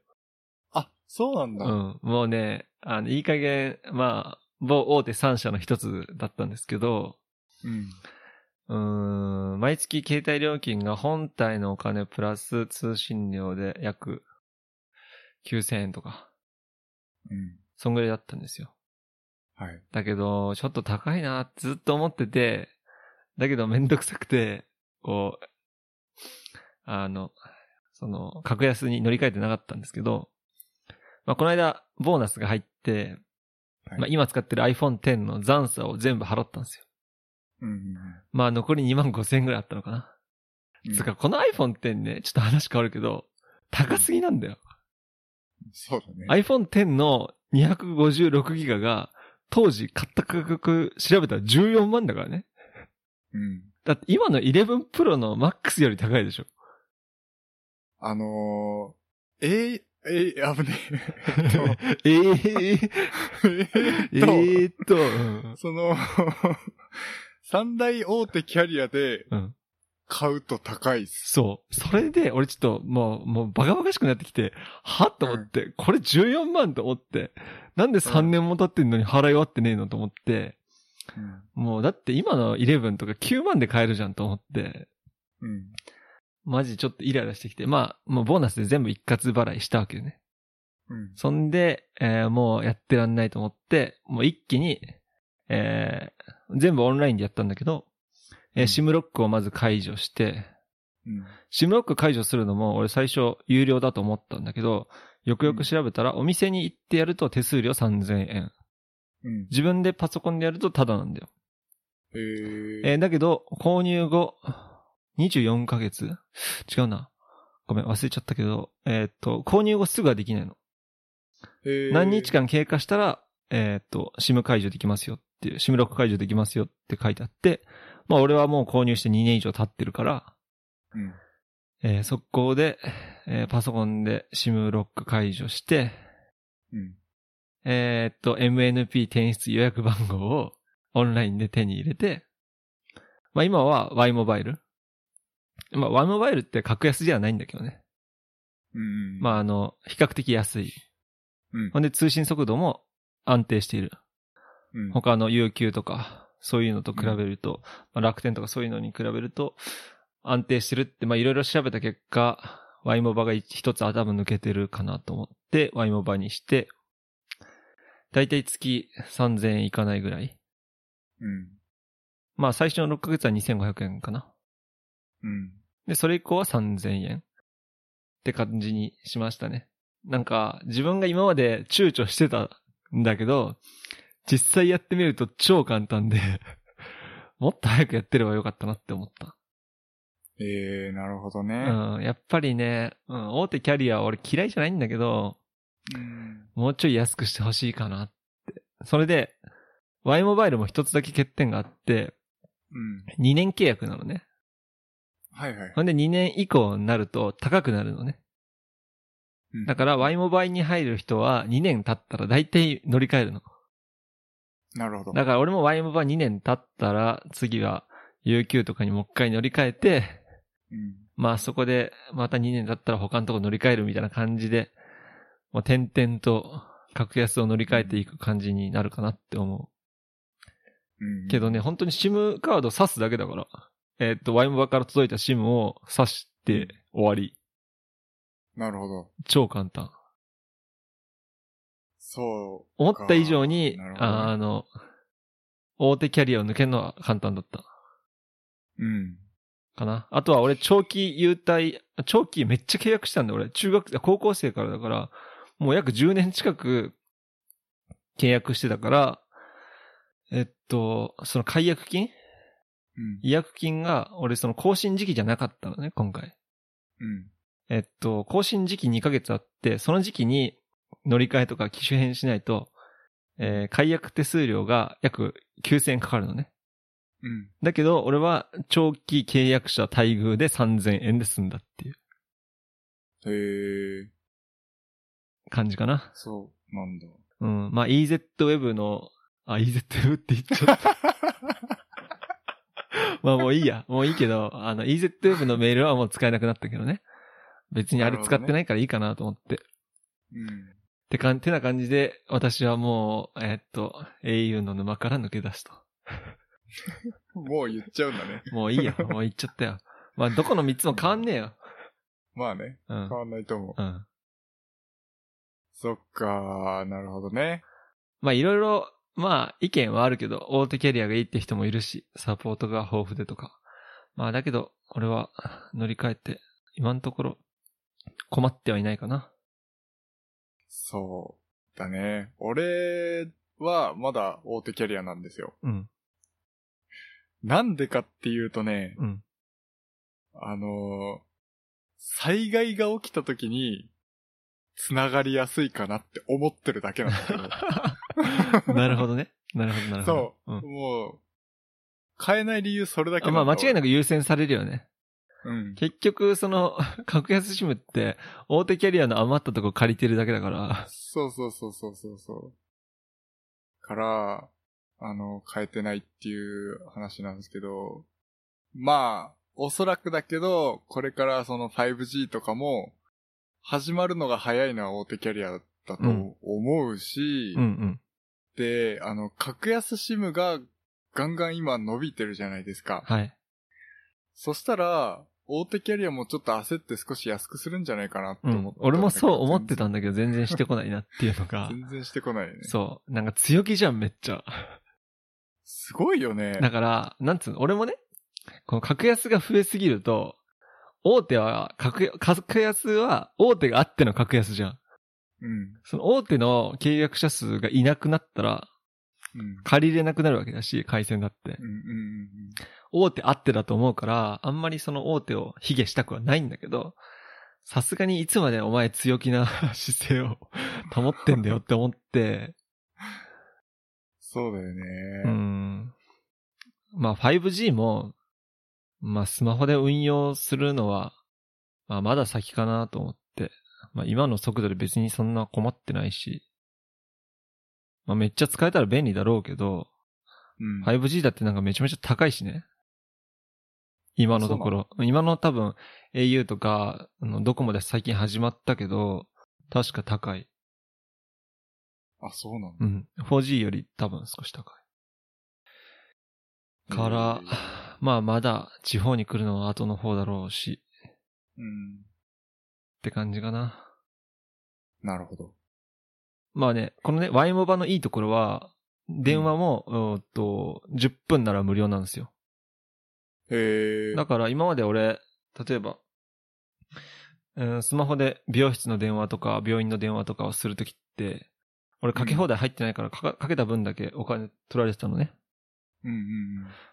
Speaker 2: あ、そうなんだ。
Speaker 1: う。ん。もうね、あの、いい加減、まあ、某大手3社の一つだったんですけど、
Speaker 2: うん。
Speaker 1: うーん、毎月携帯料金が本体のお金プラス通信料で約9000円とか、
Speaker 2: うん。
Speaker 1: そんぐらいだったんですよ。
Speaker 2: はい。
Speaker 1: だけど、ちょっと高いなってずっと思ってて、だけどめんどくさくて、こう、あの、その、格安に乗り換えてなかったんですけど、まあ、この間、ボーナスが入って、
Speaker 2: はい
Speaker 1: まあ、今使ってる iPhone X の残差を全部払ったんですよ。
Speaker 2: うんうん
Speaker 1: まあ、残り2万5千円ぐらいあったのかな。
Speaker 2: うん。
Speaker 1: つうか、この iPhone 10ね、ちょっと話変わるけど、高すぎなんだよ。
Speaker 2: そうだね。
Speaker 1: iPhone 10の256ギガが、当時買った価格調べたら14万だからね。
Speaker 2: うん。
Speaker 1: だって今の11 Pro の MAX より高いでしょ。
Speaker 2: あのー、えい、えい、あぶね
Speaker 1: え
Speaker 2: と
Speaker 1: ー、
Speaker 2: え。え
Speaker 1: えー
Speaker 2: ーっ
Speaker 1: っと、うん
Speaker 2: と、その、 三大大手キャリアで
Speaker 1: うん。
Speaker 2: 買うと高いっす。
Speaker 1: そう。それで、俺ちょっと、もう、もうバカバカしくなってきて、はっと思って、これ14万と思って、なんで3年も経ってんのに払い終わってねえのと思って、
Speaker 2: うん。
Speaker 1: もうだって今の11とか9万で買えるじゃんと思って、
Speaker 2: うん。
Speaker 1: マジちょっとイライラしてきて、まあ、もうボーナスで全部一括払いしたわけよね。
Speaker 2: うん。
Speaker 1: そんで、えーもうやってらんないと思って、もう一気に、えー全部オンラインでやったんだけど、えー、シムロックをまず解除して、
Speaker 2: うん。
Speaker 1: シムロック解除するのも俺最初有料だと思ったんだけど、よくよく調べたらお店に行ってやると手数料3000円。
Speaker 2: うん。
Speaker 1: 自分でパソコンでやるとタダなんだよ。
Speaker 2: えー
Speaker 1: えーだけど、購入後、24ヶ月違うな。ごめん、忘れちゃったけど、えーっと、購入後すぐはできないの。
Speaker 2: えー
Speaker 1: 何日間経過したら、えーっと、SIM 解除できますよっていう、SIM ロック解除できますよって書いてあって、まあ俺はもう購入して2年以上経ってるから、
Speaker 2: うん。
Speaker 1: えー速攻で、えーパソコンで SIM ロック解除して、
Speaker 2: うん。
Speaker 1: えーっと、MNP 転出予約番号をオンラインで手に入れて、まあ今は Y モバイル。まあ Y モバイルって格安じゃないんだけどね。
Speaker 2: うん。
Speaker 1: ま
Speaker 2: あ、
Speaker 1: ああの、比較的安い。
Speaker 2: うん
Speaker 1: ほんで通信速度も安定している。
Speaker 2: うん。
Speaker 1: 他の UQ とか、そういうのと比べると、まあ楽天とかそういうのに比べると、安定してるって、まあいろいろ調べた結果、Y モバが一一つ頭抜けてるかなと思って、Y モバにして、だいたい月3000円いかないぐらい。
Speaker 2: うん。
Speaker 1: まあ最初の6ヶ月は2500円かな。
Speaker 2: うん。
Speaker 1: で、それ以降は3000円って感じにしましたね。なんか、自分が今まで躊躇してたんだけど、実際やってみると超簡単で、 もっと早くやってればよかったなって思った。
Speaker 2: えー、なるほどね。
Speaker 1: うん、やっぱりね、うん、大手キャリアは俺嫌いじゃないんだけど、
Speaker 2: うん。
Speaker 1: もうちょい安くしてほしいかなって。それで、Y モバイルも一つだけ欠点があって、
Speaker 2: うん。
Speaker 1: 2年契約なのね。
Speaker 2: はいはい。
Speaker 1: ほんで2年以降になると高くなるのね。
Speaker 2: うん
Speaker 1: だから、ワイモバイに入る人は2年経ったら大体乗り換えるの。
Speaker 2: なるほど。
Speaker 1: だから俺もワイモバイ2年経ったら、次は UQ とかにもう一回乗り換えて、
Speaker 2: うん。
Speaker 1: まあそこでまた2年経ったら他のとこ乗り換えるみたいな感じで、もう点々と格安を乗り換えていく感じになるかなって思
Speaker 2: うん。
Speaker 1: う。けどね、本当に SIM カード挿すだけだから、えーっと、ワイモバから届いた SIM を挿して終わり。
Speaker 2: なるほど。
Speaker 1: 超簡単。
Speaker 2: そう。
Speaker 1: 思った以上に、
Speaker 2: なるほどね
Speaker 1: ああの、大手キャリアを抜けるのは簡単だった
Speaker 2: うん。
Speaker 1: かな。あとは俺、長期優待、長期めっちゃ契約したんだよ俺。中学、高校生からだから、もう約10年近く契約してたから、えっと、その解約金
Speaker 2: うん。
Speaker 1: 違約金が、俺その更新時期じゃなかったのね、今回。
Speaker 2: うん。
Speaker 1: えっと、更新時期2ヶ月あって、その時期に乗り換えとか機種変しないと、えー解約手数料が約9000円かかるのね。
Speaker 2: うん。
Speaker 1: だけど、俺は長期契約者待遇で3000円で済んだっていう
Speaker 2: へえ、
Speaker 1: 感じかな。
Speaker 2: そうなんだ。
Speaker 1: うん。まあ、EZWeb の、あ、EZWeb って言っちゃった。 まあもういいや。もういいけど、あの EZWeb のメールはもう使えなくなったけどね。別にあれ使ってないからいいかなと思って。
Speaker 2: うん。
Speaker 1: ってかん、てな感じで、私はもう、えーっと、au の沼から抜け出すと。
Speaker 2: もう言っちゃうんだね。
Speaker 1: もういい よ。もう行っちゃったよ。まあ、どこの3つも変わんねえよ。
Speaker 2: まあね、
Speaker 1: うん
Speaker 2: 変。わんないと思う。
Speaker 1: うん。
Speaker 2: そっかー、なるほどね。
Speaker 1: まあ、いろいろ、まあ、意見はあるけど、大手キャリアがいいって人もいるし、サポートが豊富でとか。まあ、だけど、俺は乗り換えて、今のところ、困ってはいないかな。
Speaker 2: そう。だね。俺はまだ大手キャリアなんですよ。
Speaker 1: うん。
Speaker 2: なんでかっていうとね、
Speaker 1: うん。
Speaker 2: あのー災害が起きた時に、繋がりやすいかなって思ってるだけなんだけど。
Speaker 1: なるほどね。なるほど、なるほど。そう。 ん
Speaker 2: もう、変えない理由それだけ
Speaker 1: あ。まあ、間違い
Speaker 2: な
Speaker 1: なく優先されるよね。
Speaker 2: く。うん。
Speaker 1: 結局、その、 格安シムって、大手キャリアの余ったとこ借りてるだけだから、
Speaker 2: そうそうそうそうそうそう。から、あの、変えてないっていう話なんですけど、まあ、おそらくだけど、これからその 5G とかも、始まるのが早いのは大手キャリアだと思うし、
Speaker 1: うんうん。
Speaker 2: で、あの、格安シムがガンガン今伸びてるじゃないですか。
Speaker 1: はい。
Speaker 2: そしたら、大手キャリアもちょっと焦って少し安くするんじゃないかなって
Speaker 1: う
Speaker 2: 思っ
Speaker 1: ん
Speaker 2: た。
Speaker 1: 俺もそう思ってたんだけど、全然してこないなっていうの が、
Speaker 2: 全然してこないよね。
Speaker 1: そう。なんか強気じゃん、めっちゃ。
Speaker 2: すごいよね。
Speaker 1: だから、なんつうの、俺もね、この格安が増えすぎると、大手は、格安、格安は、大手があっての格安じゃん。
Speaker 2: うん。
Speaker 1: その大手の契約者数がいなくなったら、
Speaker 2: うん。
Speaker 1: 借りれなくなるわけだし、回線だって
Speaker 2: う。んうんうん
Speaker 1: 大手あってだと思うから、あんまりその大手を卑下したくはないんだけど、さすがにいつまでお前強気な 姿勢を保ってんだよって思って、
Speaker 2: そうだよ
Speaker 1: う
Speaker 2: ね。
Speaker 1: ん。まあ 5G も、まあスマホで運用するのは、まあまだ先かなと思って、まあ今の速度で別にそんな困ってないし、まあめっちゃ使えたら便利だろうけど、
Speaker 2: うん。い。
Speaker 1: 5G だってなんかめちゃめちゃ高いしね。今のところ。今の多分 au とか、あのドコモで最近始まったけど、確か高い。
Speaker 2: あ、そうなん
Speaker 1: う
Speaker 2: だ。
Speaker 1: ん。4G より多分少し高い。から
Speaker 2: うん、
Speaker 1: まあまだ地方に来るのは後の方だろうし、
Speaker 2: うん。
Speaker 1: って感じかな。
Speaker 2: なるほど。
Speaker 1: まあね、このね、Y モバのいいところは、電話も、うーんと、10分なら無料なんですよ。
Speaker 2: へえ。
Speaker 1: だから今まで俺、例えば、うん、スマホで美容室の電話とか病院の電話とかをするときって、俺かけ放題入ってないからかかかけた分だけお金取られてたのね。
Speaker 2: うんうん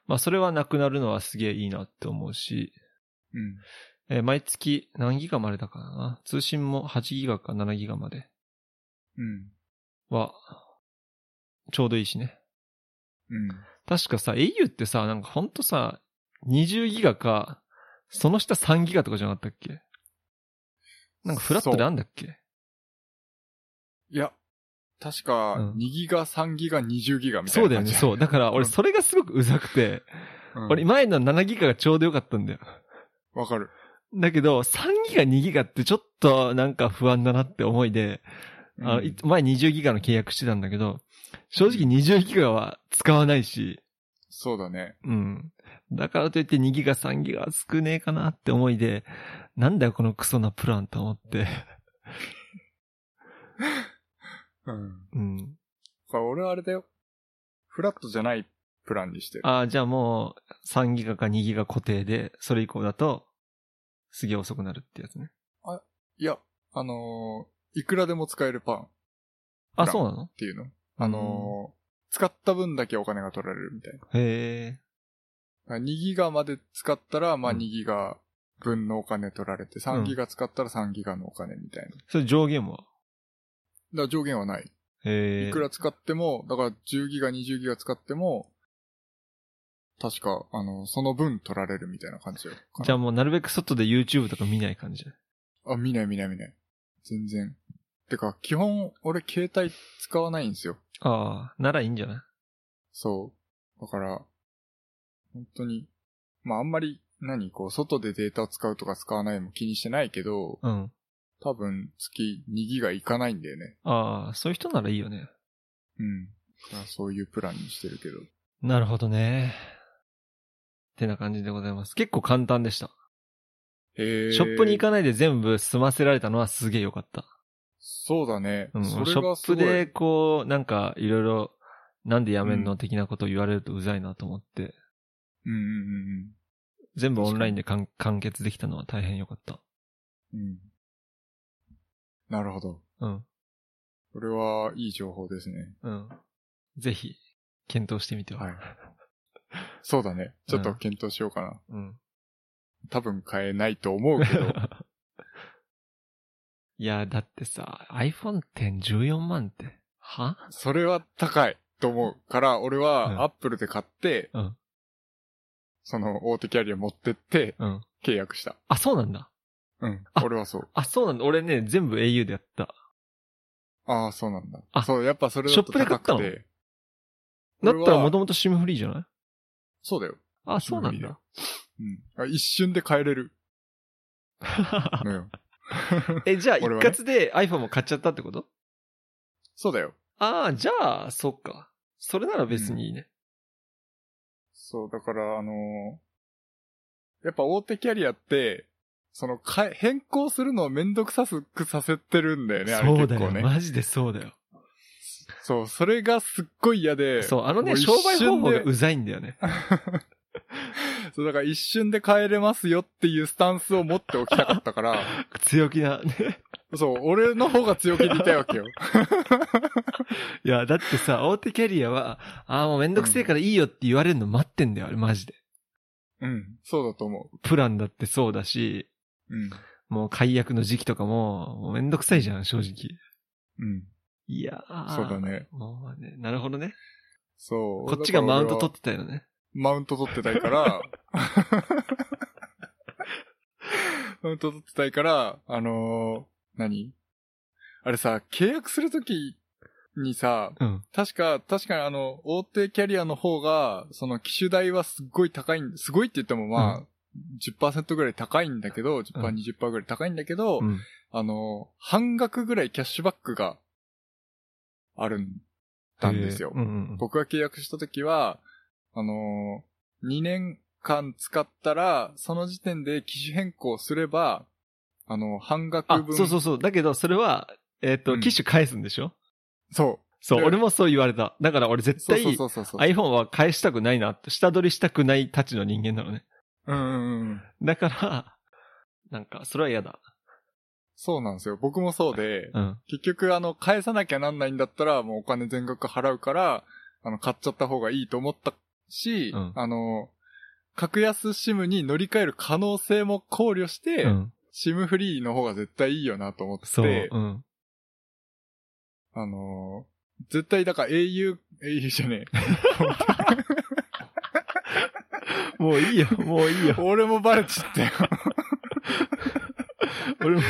Speaker 1: まあそれはなくなるのはすげえいいなって思うし、
Speaker 2: うん。うん。
Speaker 1: えー毎月何ギガまでだからな。通信も8ギガか7ギガまで
Speaker 2: うん。
Speaker 1: は、ちょうどいいしね。
Speaker 2: うん。
Speaker 1: 確かさ、au ってさ、なんかほんとさ、20ギガか、その下3ギガとかじゃなかったっけなんかフラットであんだっけ
Speaker 2: いや、確か、
Speaker 1: うん
Speaker 2: 2ギガ、3ギガ、20ギガみた
Speaker 1: そ
Speaker 2: いう
Speaker 1: だよ
Speaker 2: な感
Speaker 1: ね、
Speaker 2: じ。
Speaker 1: そう。だから俺
Speaker 2: うん
Speaker 1: それがすごくうざくて、
Speaker 2: うん
Speaker 1: 俺前の7ギガがちょうどよかったんだよ。
Speaker 2: わかる。
Speaker 1: だけど、3ギガ、2ギガってちょっとなんか不安だなって思いで、あの
Speaker 2: うん
Speaker 1: い前20ギガの契約してたんだけど、正直20ギガは使わないし、
Speaker 2: そうだね。
Speaker 1: うん。だからといって2ギガ、3ギガは少ねえかなって思いで、なんだよこのクソなプランと思って。
Speaker 2: うん。
Speaker 1: うん。
Speaker 2: これ俺はあれだよ。フラットじゃないプランにしてる。
Speaker 1: ああ、じゃあもう3ギガか2ギガ固定で、それ以降だと、すげえ遅くなるってやつね。
Speaker 2: いや、あのーいくらでも使えるパンっ
Speaker 1: あ、
Speaker 2: プラン
Speaker 1: そうなの
Speaker 2: ていうの。あのー使った分だけお金が取られるみたいな。
Speaker 1: へえ。
Speaker 2: だから2ギガまで使ったら、まあ
Speaker 1: うん
Speaker 2: 2ギガ分のお金取られて、
Speaker 1: うん
Speaker 2: 3ギガ使ったら3ギガのお金みたいな。だか
Speaker 1: それ上限は
Speaker 2: ら上限はない。
Speaker 1: へえ。
Speaker 2: いくら使っても、だから10ギガ、20ギガ使っても、確か、あの、その分取られるみたいな感じよ。
Speaker 1: じゃあもうなるべく外で YouTube とか見ない感じ。
Speaker 2: あ、見ない見ない見ない。全然。てか、基本、俺携帯使わないんですよ。
Speaker 1: ああ、ならいいんじゃない
Speaker 2: そう。だから、本当に、まああんまり、何、こう、外でデータを使うとか使わないも気にしてないけど、
Speaker 1: うん。
Speaker 2: 多分月2ギガいかないんだよね。
Speaker 1: ああ、そういう人ならいいよね。
Speaker 2: うん。だからそういうプランにしてるけど。
Speaker 1: なるほどね。ってな感じでございます。結構簡単でした。
Speaker 2: へえ。
Speaker 1: ショップに行かないで全部済ませられたのはすげえ良かった。
Speaker 2: そうだね。
Speaker 1: うん、シ
Speaker 2: そ
Speaker 1: ョ
Speaker 2: れが
Speaker 1: ッ
Speaker 2: す
Speaker 1: プ
Speaker 2: ごい。
Speaker 1: でこう、なんかいろいろ、なんでやめん
Speaker 2: う
Speaker 1: の的なことを言われるとうざいなと思って、
Speaker 2: うんうん
Speaker 1: 全部オンラインでかん完結できたのは大変良かった。
Speaker 2: うんうん。うん。なるほど。
Speaker 1: うん、
Speaker 2: これはいい情報ですね。
Speaker 1: うん。ぜひ、検討してみては。
Speaker 2: はい。そうだね。ちょっと検討しようかな。
Speaker 1: うん。
Speaker 2: 多分買えないと思うけど。
Speaker 1: いや、だってさ、iPhone 1 0 14万って、は
Speaker 2: それは高いと思うから、俺
Speaker 1: うん
Speaker 2: はアップルで買って、
Speaker 1: うん
Speaker 2: その大手キャリア持ってって
Speaker 1: うん。
Speaker 2: 契約した。
Speaker 1: あ、そうなんだ。
Speaker 2: うん
Speaker 1: あ。
Speaker 2: 俺はそう。
Speaker 1: あ、そうなんだ。俺ね、全部 au でやった。
Speaker 2: ああ、そうなんだ。
Speaker 1: あ
Speaker 2: そう、やっぱそれだと
Speaker 1: ショップで買
Speaker 2: 高
Speaker 1: った
Speaker 2: く
Speaker 1: の
Speaker 2: て。
Speaker 1: だ
Speaker 2: 俺
Speaker 1: っ
Speaker 2: は
Speaker 1: たらもともと SIM フリーじゃない
Speaker 2: そうだよ。
Speaker 1: あ、そうなん
Speaker 2: シムフリーだ
Speaker 1: だ
Speaker 2: よ。うんあ。一瞬で買え れるのよ。
Speaker 1: え、じゃあ一
Speaker 2: 俺はね
Speaker 1: 括で iPhone も買っちゃったってこと
Speaker 2: そうだよ。
Speaker 1: ああ、じゃあ、そっか。それなら別にいいね。
Speaker 2: そう、だから、あのーやっぱ大手キャリアって、その、かえ変更するのをめんどくさすくさせてるんだよね、あれ
Speaker 1: そう
Speaker 2: 結
Speaker 1: だよ、
Speaker 2: 構ね。
Speaker 1: マジでそうだよ。
Speaker 2: そう、それがすっごい嫌で。
Speaker 1: そう、あの
Speaker 2: も
Speaker 1: ね、
Speaker 2: う一
Speaker 1: 商売方
Speaker 2: 瞬
Speaker 1: 法
Speaker 2: で
Speaker 1: が うざいんだよね。
Speaker 2: そう、だから一瞬で帰れますよっていうスタンスを持っておきたかったから、
Speaker 1: 強気な。ね
Speaker 2: そう、俺の方が強気でいたいわけよ。
Speaker 1: いや、だってさ、大手キャリアは、ああ、もうめんどくせえからいいよって言われるの待ってんだよ、あれマジで。
Speaker 2: うん、そうだと思
Speaker 1: プランだってそうだし、
Speaker 2: う。うん。
Speaker 1: もう解約の時期とかも、もうめんどくさいじゃん、正直。
Speaker 2: うん。
Speaker 1: いやー。
Speaker 2: そうだ。ね。
Speaker 1: もうね、なるほどね。
Speaker 2: そう。
Speaker 1: こっちがマウント取っ
Speaker 2: って
Speaker 1: たよね。
Speaker 2: マウント取ってたい から、マウント取ってたいから、あのー何あれさ、契約するときにさ、
Speaker 1: うん。
Speaker 2: 確か、確かにあの、大手キャリアの方が、その機種代はすっごい高いん、すごいって言ってもまあ、10%ぐらい高いんだけど、10%、
Speaker 1: うん
Speaker 2: 20%ぐらい高いんだけど、
Speaker 1: うん。
Speaker 2: あの、半額ぐらいキャッシュバックがあるんたんですよ。
Speaker 1: へーうんうんうん。
Speaker 2: 僕が契約した時は、あのー、2年間使ったら、その時点で機種変更すれば、あの、半額
Speaker 1: あ、
Speaker 2: 分。
Speaker 1: そうそうそう。だけど、それは、えっ、
Speaker 2: う
Speaker 1: と、
Speaker 2: ん
Speaker 1: 機種返すんでしょ
Speaker 2: そう。
Speaker 1: そう、
Speaker 2: で
Speaker 1: 俺もそう言われた。だから俺絶
Speaker 2: そう
Speaker 1: 対
Speaker 2: そうそうそうそう。
Speaker 1: iPhone は返したくないなって、下取りしたくないたちの人間なのね。
Speaker 2: うんうんうん。
Speaker 1: だから、なんか、それは嫌だ。
Speaker 2: そうなんですよ。僕もそうで、
Speaker 1: うん。
Speaker 2: 結局、あの、返さなきゃなんないんだったら、もうお金全額払うから、あの、買っちゃった方がいいと思ったし、
Speaker 1: うん
Speaker 2: あの、格安シムに乗り換える可能性も考慮して、
Speaker 1: うん。
Speaker 2: シムフリーの方が絶対いいよなと思って、
Speaker 1: そう。うん。
Speaker 2: あのー絶対だから au、au じゃね
Speaker 1: もういいよ、もういい
Speaker 2: え。
Speaker 1: よ。
Speaker 2: 俺もバレちゃったよ。
Speaker 1: 俺も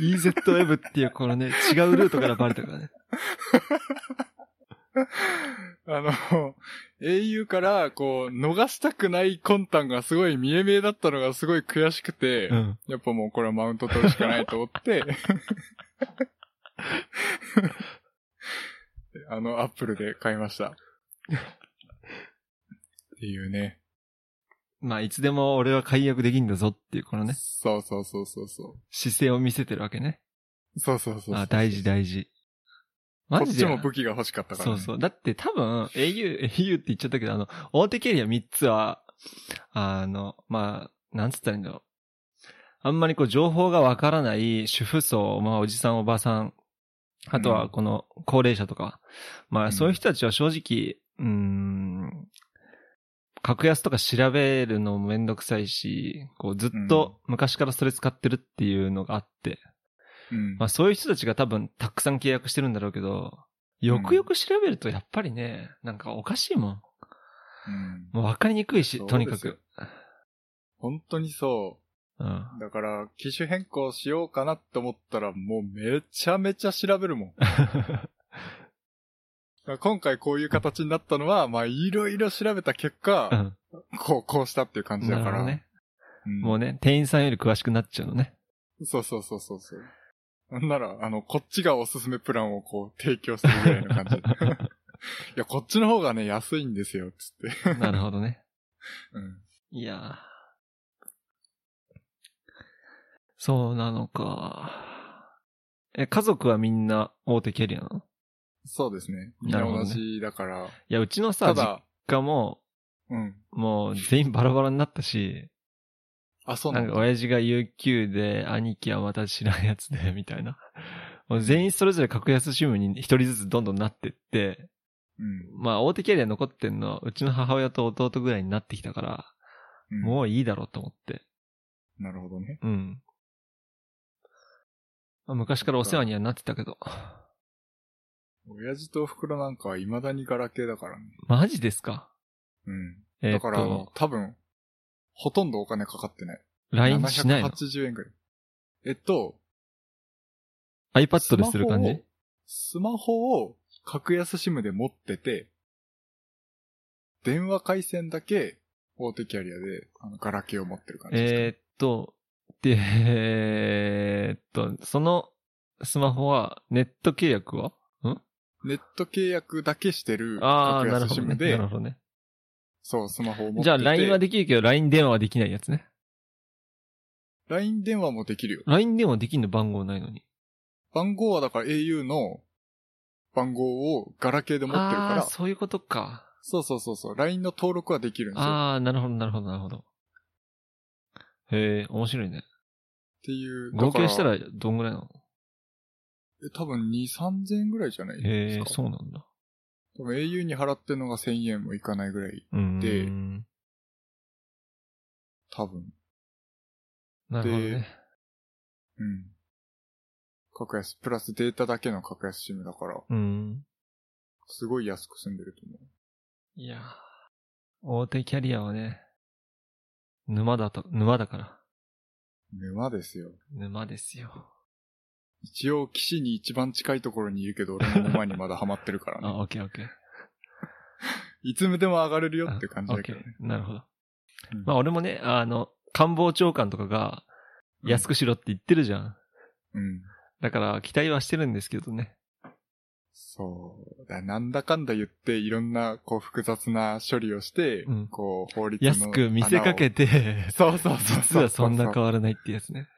Speaker 1: EZWeb っていうこのね、違うルートからバレたから ね。
Speaker 2: あの、au から、こう、逃したくない魂胆がすごい見え見えだったのがすごい悔しくて、
Speaker 1: うん。
Speaker 2: やっぱもうこれはマウント取るしかないと思 って、あの、アップルで買いました。っていうね。
Speaker 1: まあ、いつでも俺は解約できんだぞっていうこのね、
Speaker 2: そうそうそうそうそ
Speaker 1: 姿勢を見せてるわけね。
Speaker 2: う。そうそうそうそう。
Speaker 1: あ、大事大事。
Speaker 2: こ
Speaker 1: マ
Speaker 2: っ
Speaker 1: ジ
Speaker 2: ち
Speaker 1: で
Speaker 2: も武器が欲しかったから、
Speaker 1: そ
Speaker 2: ね。
Speaker 1: うそう。だって多分、au、au って言っちゃったけど、あの、大手キャリア3つは、あの、まあ、なんつったらいいんだろう。あんまりこう、情報がわからない主婦層、まあ、おじさん、おばさん、あと
Speaker 2: うん
Speaker 1: はこの、高齢者とか、ま
Speaker 2: うん
Speaker 1: あ、そういう人たちは正直、うーん、格安とか調べるのもめんどくさいし、こう、ずっと昔からそれ使ってるっていうのがあって、
Speaker 2: うん。
Speaker 1: まあそういう人たちが多分たくさん契約してるんだろうけど、よくよく調べるとやっぱりね、なんかおかしいもん。
Speaker 2: うん
Speaker 1: もうわかりにくいし
Speaker 2: そ、う
Speaker 1: とにか
Speaker 2: ですよ
Speaker 1: く。
Speaker 2: 本当にそ
Speaker 1: うん。
Speaker 2: う。だから、機種変更しようかなって思ったら、もうめちゃめちゃ調べるもん。だから今回こういう形になったのは、まあ、いろいろ調べた結
Speaker 1: う
Speaker 2: 果、
Speaker 1: ん。
Speaker 2: こう、こうしたっていう感じ
Speaker 1: な
Speaker 2: だ
Speaker 1: る
Speaker 2: か
Speaker 1: ほ
Speaker 2: ら。
Speaker 1: どね。
Speaker 2: うん
Speaker 1: もうね、店員さんより詳しくなっちゃうのね。
Speaker 2: そうそうそうそうそう。なんなら、あの、こっちがおすすめプランをこう、提供するぐらいの 感じ。いや、こっちの方がね、安いんですよ、つって。
Speaker 1: なるほどね。
Speaker 2: うん。
Speaker 1: いやーそうなのか。え、家族はみんな大手キャリアなの
Speaker 2: そうですね。みん
Speaker 1: な
Speaker 2: な
Speaker 1: るほどね
Speaker 2: 同じだから。
Speaker 1: いや、うちのさ、
Speaker 2: た
Speaker 1: 実
Speaker 2: だ、
Speaker 1: 家も、
Speaker 2: うん。
Speaker 1: もう全員バラバラになったし、
Speaker 2: あ、そうな
Speaker 1: なんん
Speaker 2: だ
Speaker 1: か。親父が UQ で、兄貴はまた知らんやつで、 みたいな。もう全員それぞれ格安シムに一人ずつどんどんなってって、
Speaker 2: うん
Speaker 1: まあ大手キャリア残ってんのはうちの母親と弟ぐらいになってきたから、
Speaker 2: うん。
Speaker 1: もういいだろうと思って。
Speaker 2: なるほどね。
Speaker 1: うん。まあ昔からお世話にはなってたけど。
Speaker 2: 親父とお袋なんかは未だにガラケーだからね。
Speaker 1: マジですか
Speaker 2: うん。
Speaker 1: えー
Speaker 2: だ
Speaker 1: っ
Speaker 2: から、あの
Speaker 1: と、
Speaker 2: 多分、ほとんどお金かかってない。
Speaker 1: LINE しないの
Speaker 2: ?780 円ぐらい。えっと、
Speaker 1: ?iPad でする感じ
Speaker 2: スマホをスマホを格安 SIM で持ってて、電話回線だけ大手キャリアで、あの、ガラケーを持ってる感じですかね、
Speaker 1: えーっと、で、えーっと、そのスマホはネット契約は
Speaker 2: ネット契約だけしてる
Speaker 1: ああ、
Speaker 2: 格
Speaker 1: なる
Speaker 2: 安
Speaker 1: ほど
Speaker 2: SIM
Speaker 1: ね。
Speaker 2: で、
Speaker 1: なるほどね。
Speaker 2: そう、スマホを持ってて。
Speaker 1: じゃあ LINE は
Speaker 2: で
Speaker 1: できるけど LINE 電話はできないやつね。
Speaker 2: LINE 電話もできるよ。
Speaker 1: LINE 電話できるの番号ないのに。
Speaker 2: 番号はだから au の番号をガラケーで持ってるか
Speaker 1: ああー、
Speaker 2: ら、
Speaker 1: そういうことか。
Speaker 2: そうそうそうそう、LINE の登録はできるんですよ。っ
Speaker 1: ああ、なるほど、なるほど、なるほど。へえ、面白いね。
Speaker 2: ていう。
Speaker 1: 合計した
Speaker 2: だから
Speaker 1: どんぐらいなの
Speaker 2: え多分2、3000円ぐらいじゃないです
Speaker 1: へえ
Speaker 2: か。、
Speaker 1: そうなんだ。
Speaker 2: 多分 au に払ってるのが1000円もいかないぐらい、
Speaker 1: うーん。
Speaker 2: で多分。
Speaker 1: なるほどね。
Speaker 2: うん。格安、プラスデータだけの格安 SIM だから、
Speaker 1: うん。
Speaker 2: すごい安く済んでると思
Speaker 1: いやー大手キャリアはね、沼だと、沼だから。
Speaker 2: う。沼ですよ。
Speaker 1: 沼ですよ。
Speaker 2: 一応、岸に一番近いところにいるけど、俺の沼にまだハマってるから
Speaker 1: あ、
Speaker 2: ね。
Speaker 1: オッケーオッケー。
Speaker 2: いつでも上がれるよって感じだけどね。
Speaker 1: あ OK なるほど
Speaker 2: うん。
Speaker 1: まあ俺もね、あの、官房長官とかが
Speaker 2: うん
Speaker 1: 安くしろって言ってるじゃん。
Speaker 2: うん。
Speaker 1: だから期待はしてるんですけどね。
Speaker 2: そうだ。なんだかんだ言って、いろんな、こう、複雑な処理をして、
Speaker 1: うん
Speaker 2: こう、法律の。
Speaker 1: 安く見せかけ
Speaker 2: て。
Speaker 1: て、
Speaker 2: そうそうそう
Speaker 1: 実
Speaker 2: そう。
Speaker 1: はそんな変わらないってやつね。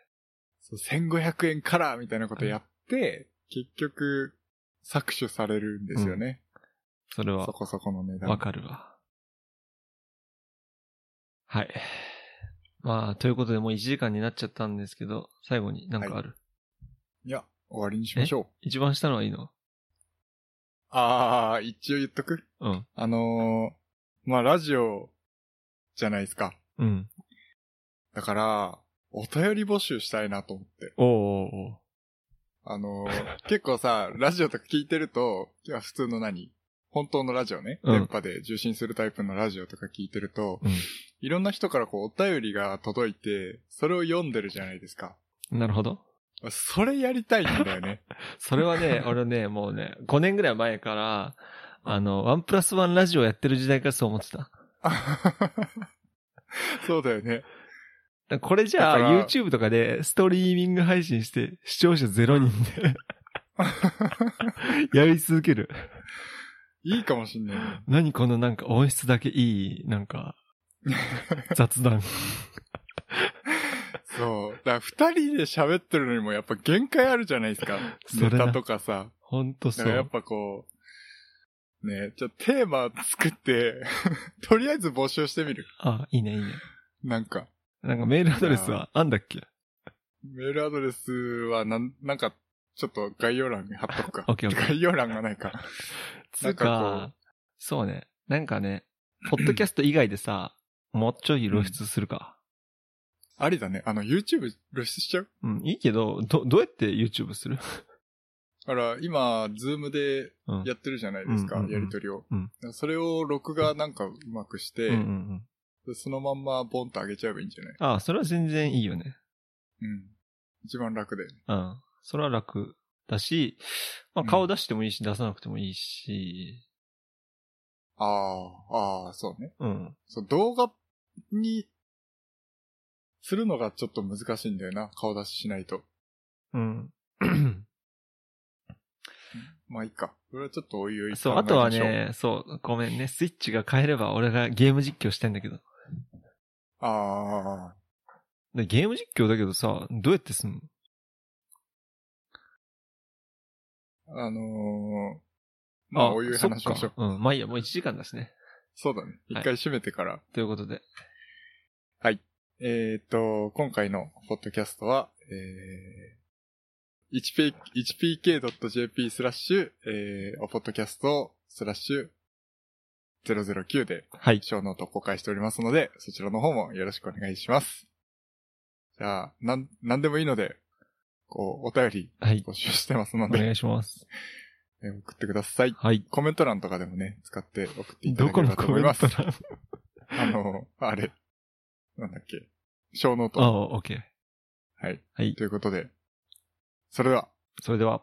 Speaker 2: そう1500円からみたいなことやって、結局、搾取されるんですよね。
Speaker 1: それは
Speaker 2: そこそこの値段。
Speaker 1: わかるわ。はい。まあ、ということでもう1時間になっちゃったんですけど、最後になんかある。
Speaker 2: いや、終わりにしましょう。
Speaker 1: 一番下のはいいの
Speaker 2: あー、一応言っとく。
Speaker 1: うん。
Speaker 2: あのー、まあ、ラジオ、じゃないですか。
Speaker 1: うん。
Speaker 2: だから、お便り募集したいなと思って。
Speaker 1: おうおうおう
Speaker 2: あの ー、結構さ、ラジオとか聞いてると、いや普通の何本当のラジオね。
Speaker 1: うん
Speaker 2: 電波で受信するタイプのラジオとか聞いてると、いろんな人からこう、お便りが届いて、それを読んでるじゃないですか。
Speaker 1: うん。なるほど。
Speaker 2: それやりたいんだよ ね。
Speaker 1: それは ね、俺ね、もうね、5年ぐらい前から、あの、ワンプラスワンラジオやってる時代からそう思ってた。だか
Speaker 2: そうだよね。
Speaker 1: らこれじ
Speaker 2: だ
Speaker 1: ゃあ
Speaker 2: から
Speaker 1: YouTube とかでストリーミング配信して視聴者0人 でやり続ける。
Speaker 2: いいかもしんないね。
Speaker 1: 何このなんか音質だけいい、なん か雑談。
Speaker 2: そう。だから二人で喋ってるのにもやっぱ限界あるじゃないですか。
Speaker 1: それ
Speaker 2: ネ
Speaker 1: な
Speaker 2: タとかさ、
Speaker 1: ほんと
Speaker 2: だ
Speaker 1: そ
Speaker 2: からやっ
Speaker 1: う。
Speaker 2: ぱこう、ね、じゃあテーマ作って、 とりあえず募集してみる。
Speaker 1: あ、いいね、いいね。
Speaker 2: なんか、
Speaker 1: なんかメールアドレスはあんだっけ
Speaker 2: メールアドレスはなん、なんか、ちょっと概要欄に貼っと くか。
Speaker 1: オッケーオッケー
Speaker 2: 概要欄がないか。
Speaker 1: つ
Speaker 2: な
Speaker 1: うん
Speaker 2: かこう
Speaker 1: か、そうね。なんかね、ポッドキャスト以外でさ、もうちょい露出するか。
Speaker 2: ありだね。あの、YouTube 露出しちゃう
Speaker 1: うん、いいけど、ど、どうやって YouTube する
Speaker 2: だから、今、ズームで
Speaker 1: うん。
Speaker 2: やってるじゃないですか、
Speaker 1: うんうんうん
Speaker 2: やりとりを。
Speaker 1: うん
Speaker 2: だからそれを録画なんかうまくして、
Speaker 1: うんうんうん。
Speaker 2: でそのまんまボンと上げちゃえばいいんじゃない
Speaker 1: ああ、それは全然いいよね。
Speaker 2: うん。一番楽だよね。
Speaker 1: うん。それは楽だし、まあ
Speaker 2: うん
Speaker 1: 顔出してもいいし、出さなくてもいいし、
Speaker 2: ああ、ああ、そうね。
Speaker 1: うん。
Speaker 2: そう、動画に、するのがちょっと難しいんだよな、顔出ししないと。
Speaker 1: うん。
Speaker 2: まあいいか。これはちょっとおいおい
Speaker 1: そう、
Speaker 2: 考え
Speaker 1: あとは
Speaker 2: ましょう。
Speaker 1: ね、そう、ごめんね、スイッチが変えれば俺がゲーム実況したいんだけど。
Speaker 2: ああ、
Speaker 1: でゲーム実況だけどさ、どうやってすんの
Speaker 2: あのー、まあおいおい話しましょう。
Speaker 1: そっかうん、まあいいや、もう1時間だしね。
Speaker 2: そうだね。
Speaker 1: はい
Speaker 2: 一回閉めてから。
Speaker 1: ということで。
Speaker 2: えーっと、今回のポッドキャストは、えー、1p- 1pk.jp スラッシュ、えー、おポッドキャストスラッシュ009で、
Speaker 1: はい。
Speaker 2: 小ノートを公開しておりますので、そちらの方もよろしくお願いします。じゃあ、なん、なんでもいいので、こう、お便り
Speaker 1: はい。
Speaker 2: 募集してますの
Speaker 1: お
Speaker 2: で、
Speaker 1: 願いします。
Speaker 2: えー送ってください。
Speaker 1: はい。
Speaker 2: コメント欄とかでもね、使って送っていた
Speaker 1: ど
Speaker 2: だけ
Speaker 1: この
Speaker 2: ればと
Speaker 1: コ
Speaker 2: 思
Speaker 1: メ
Speaker 2: い
Speaker 1: ン
Speaker 2: ます
Speaker 1: ト。欄
Speaker 2: あの、あれ、なんだっけ、小ノー
Speaker 1: あ
Speaker 2: ト。
Speaker 1: あ、オッケー。
Speaker 2: はい。
Speaker 1: はい
Speaker 2: と。いうことで、それでは、
Speaker 1: それでは。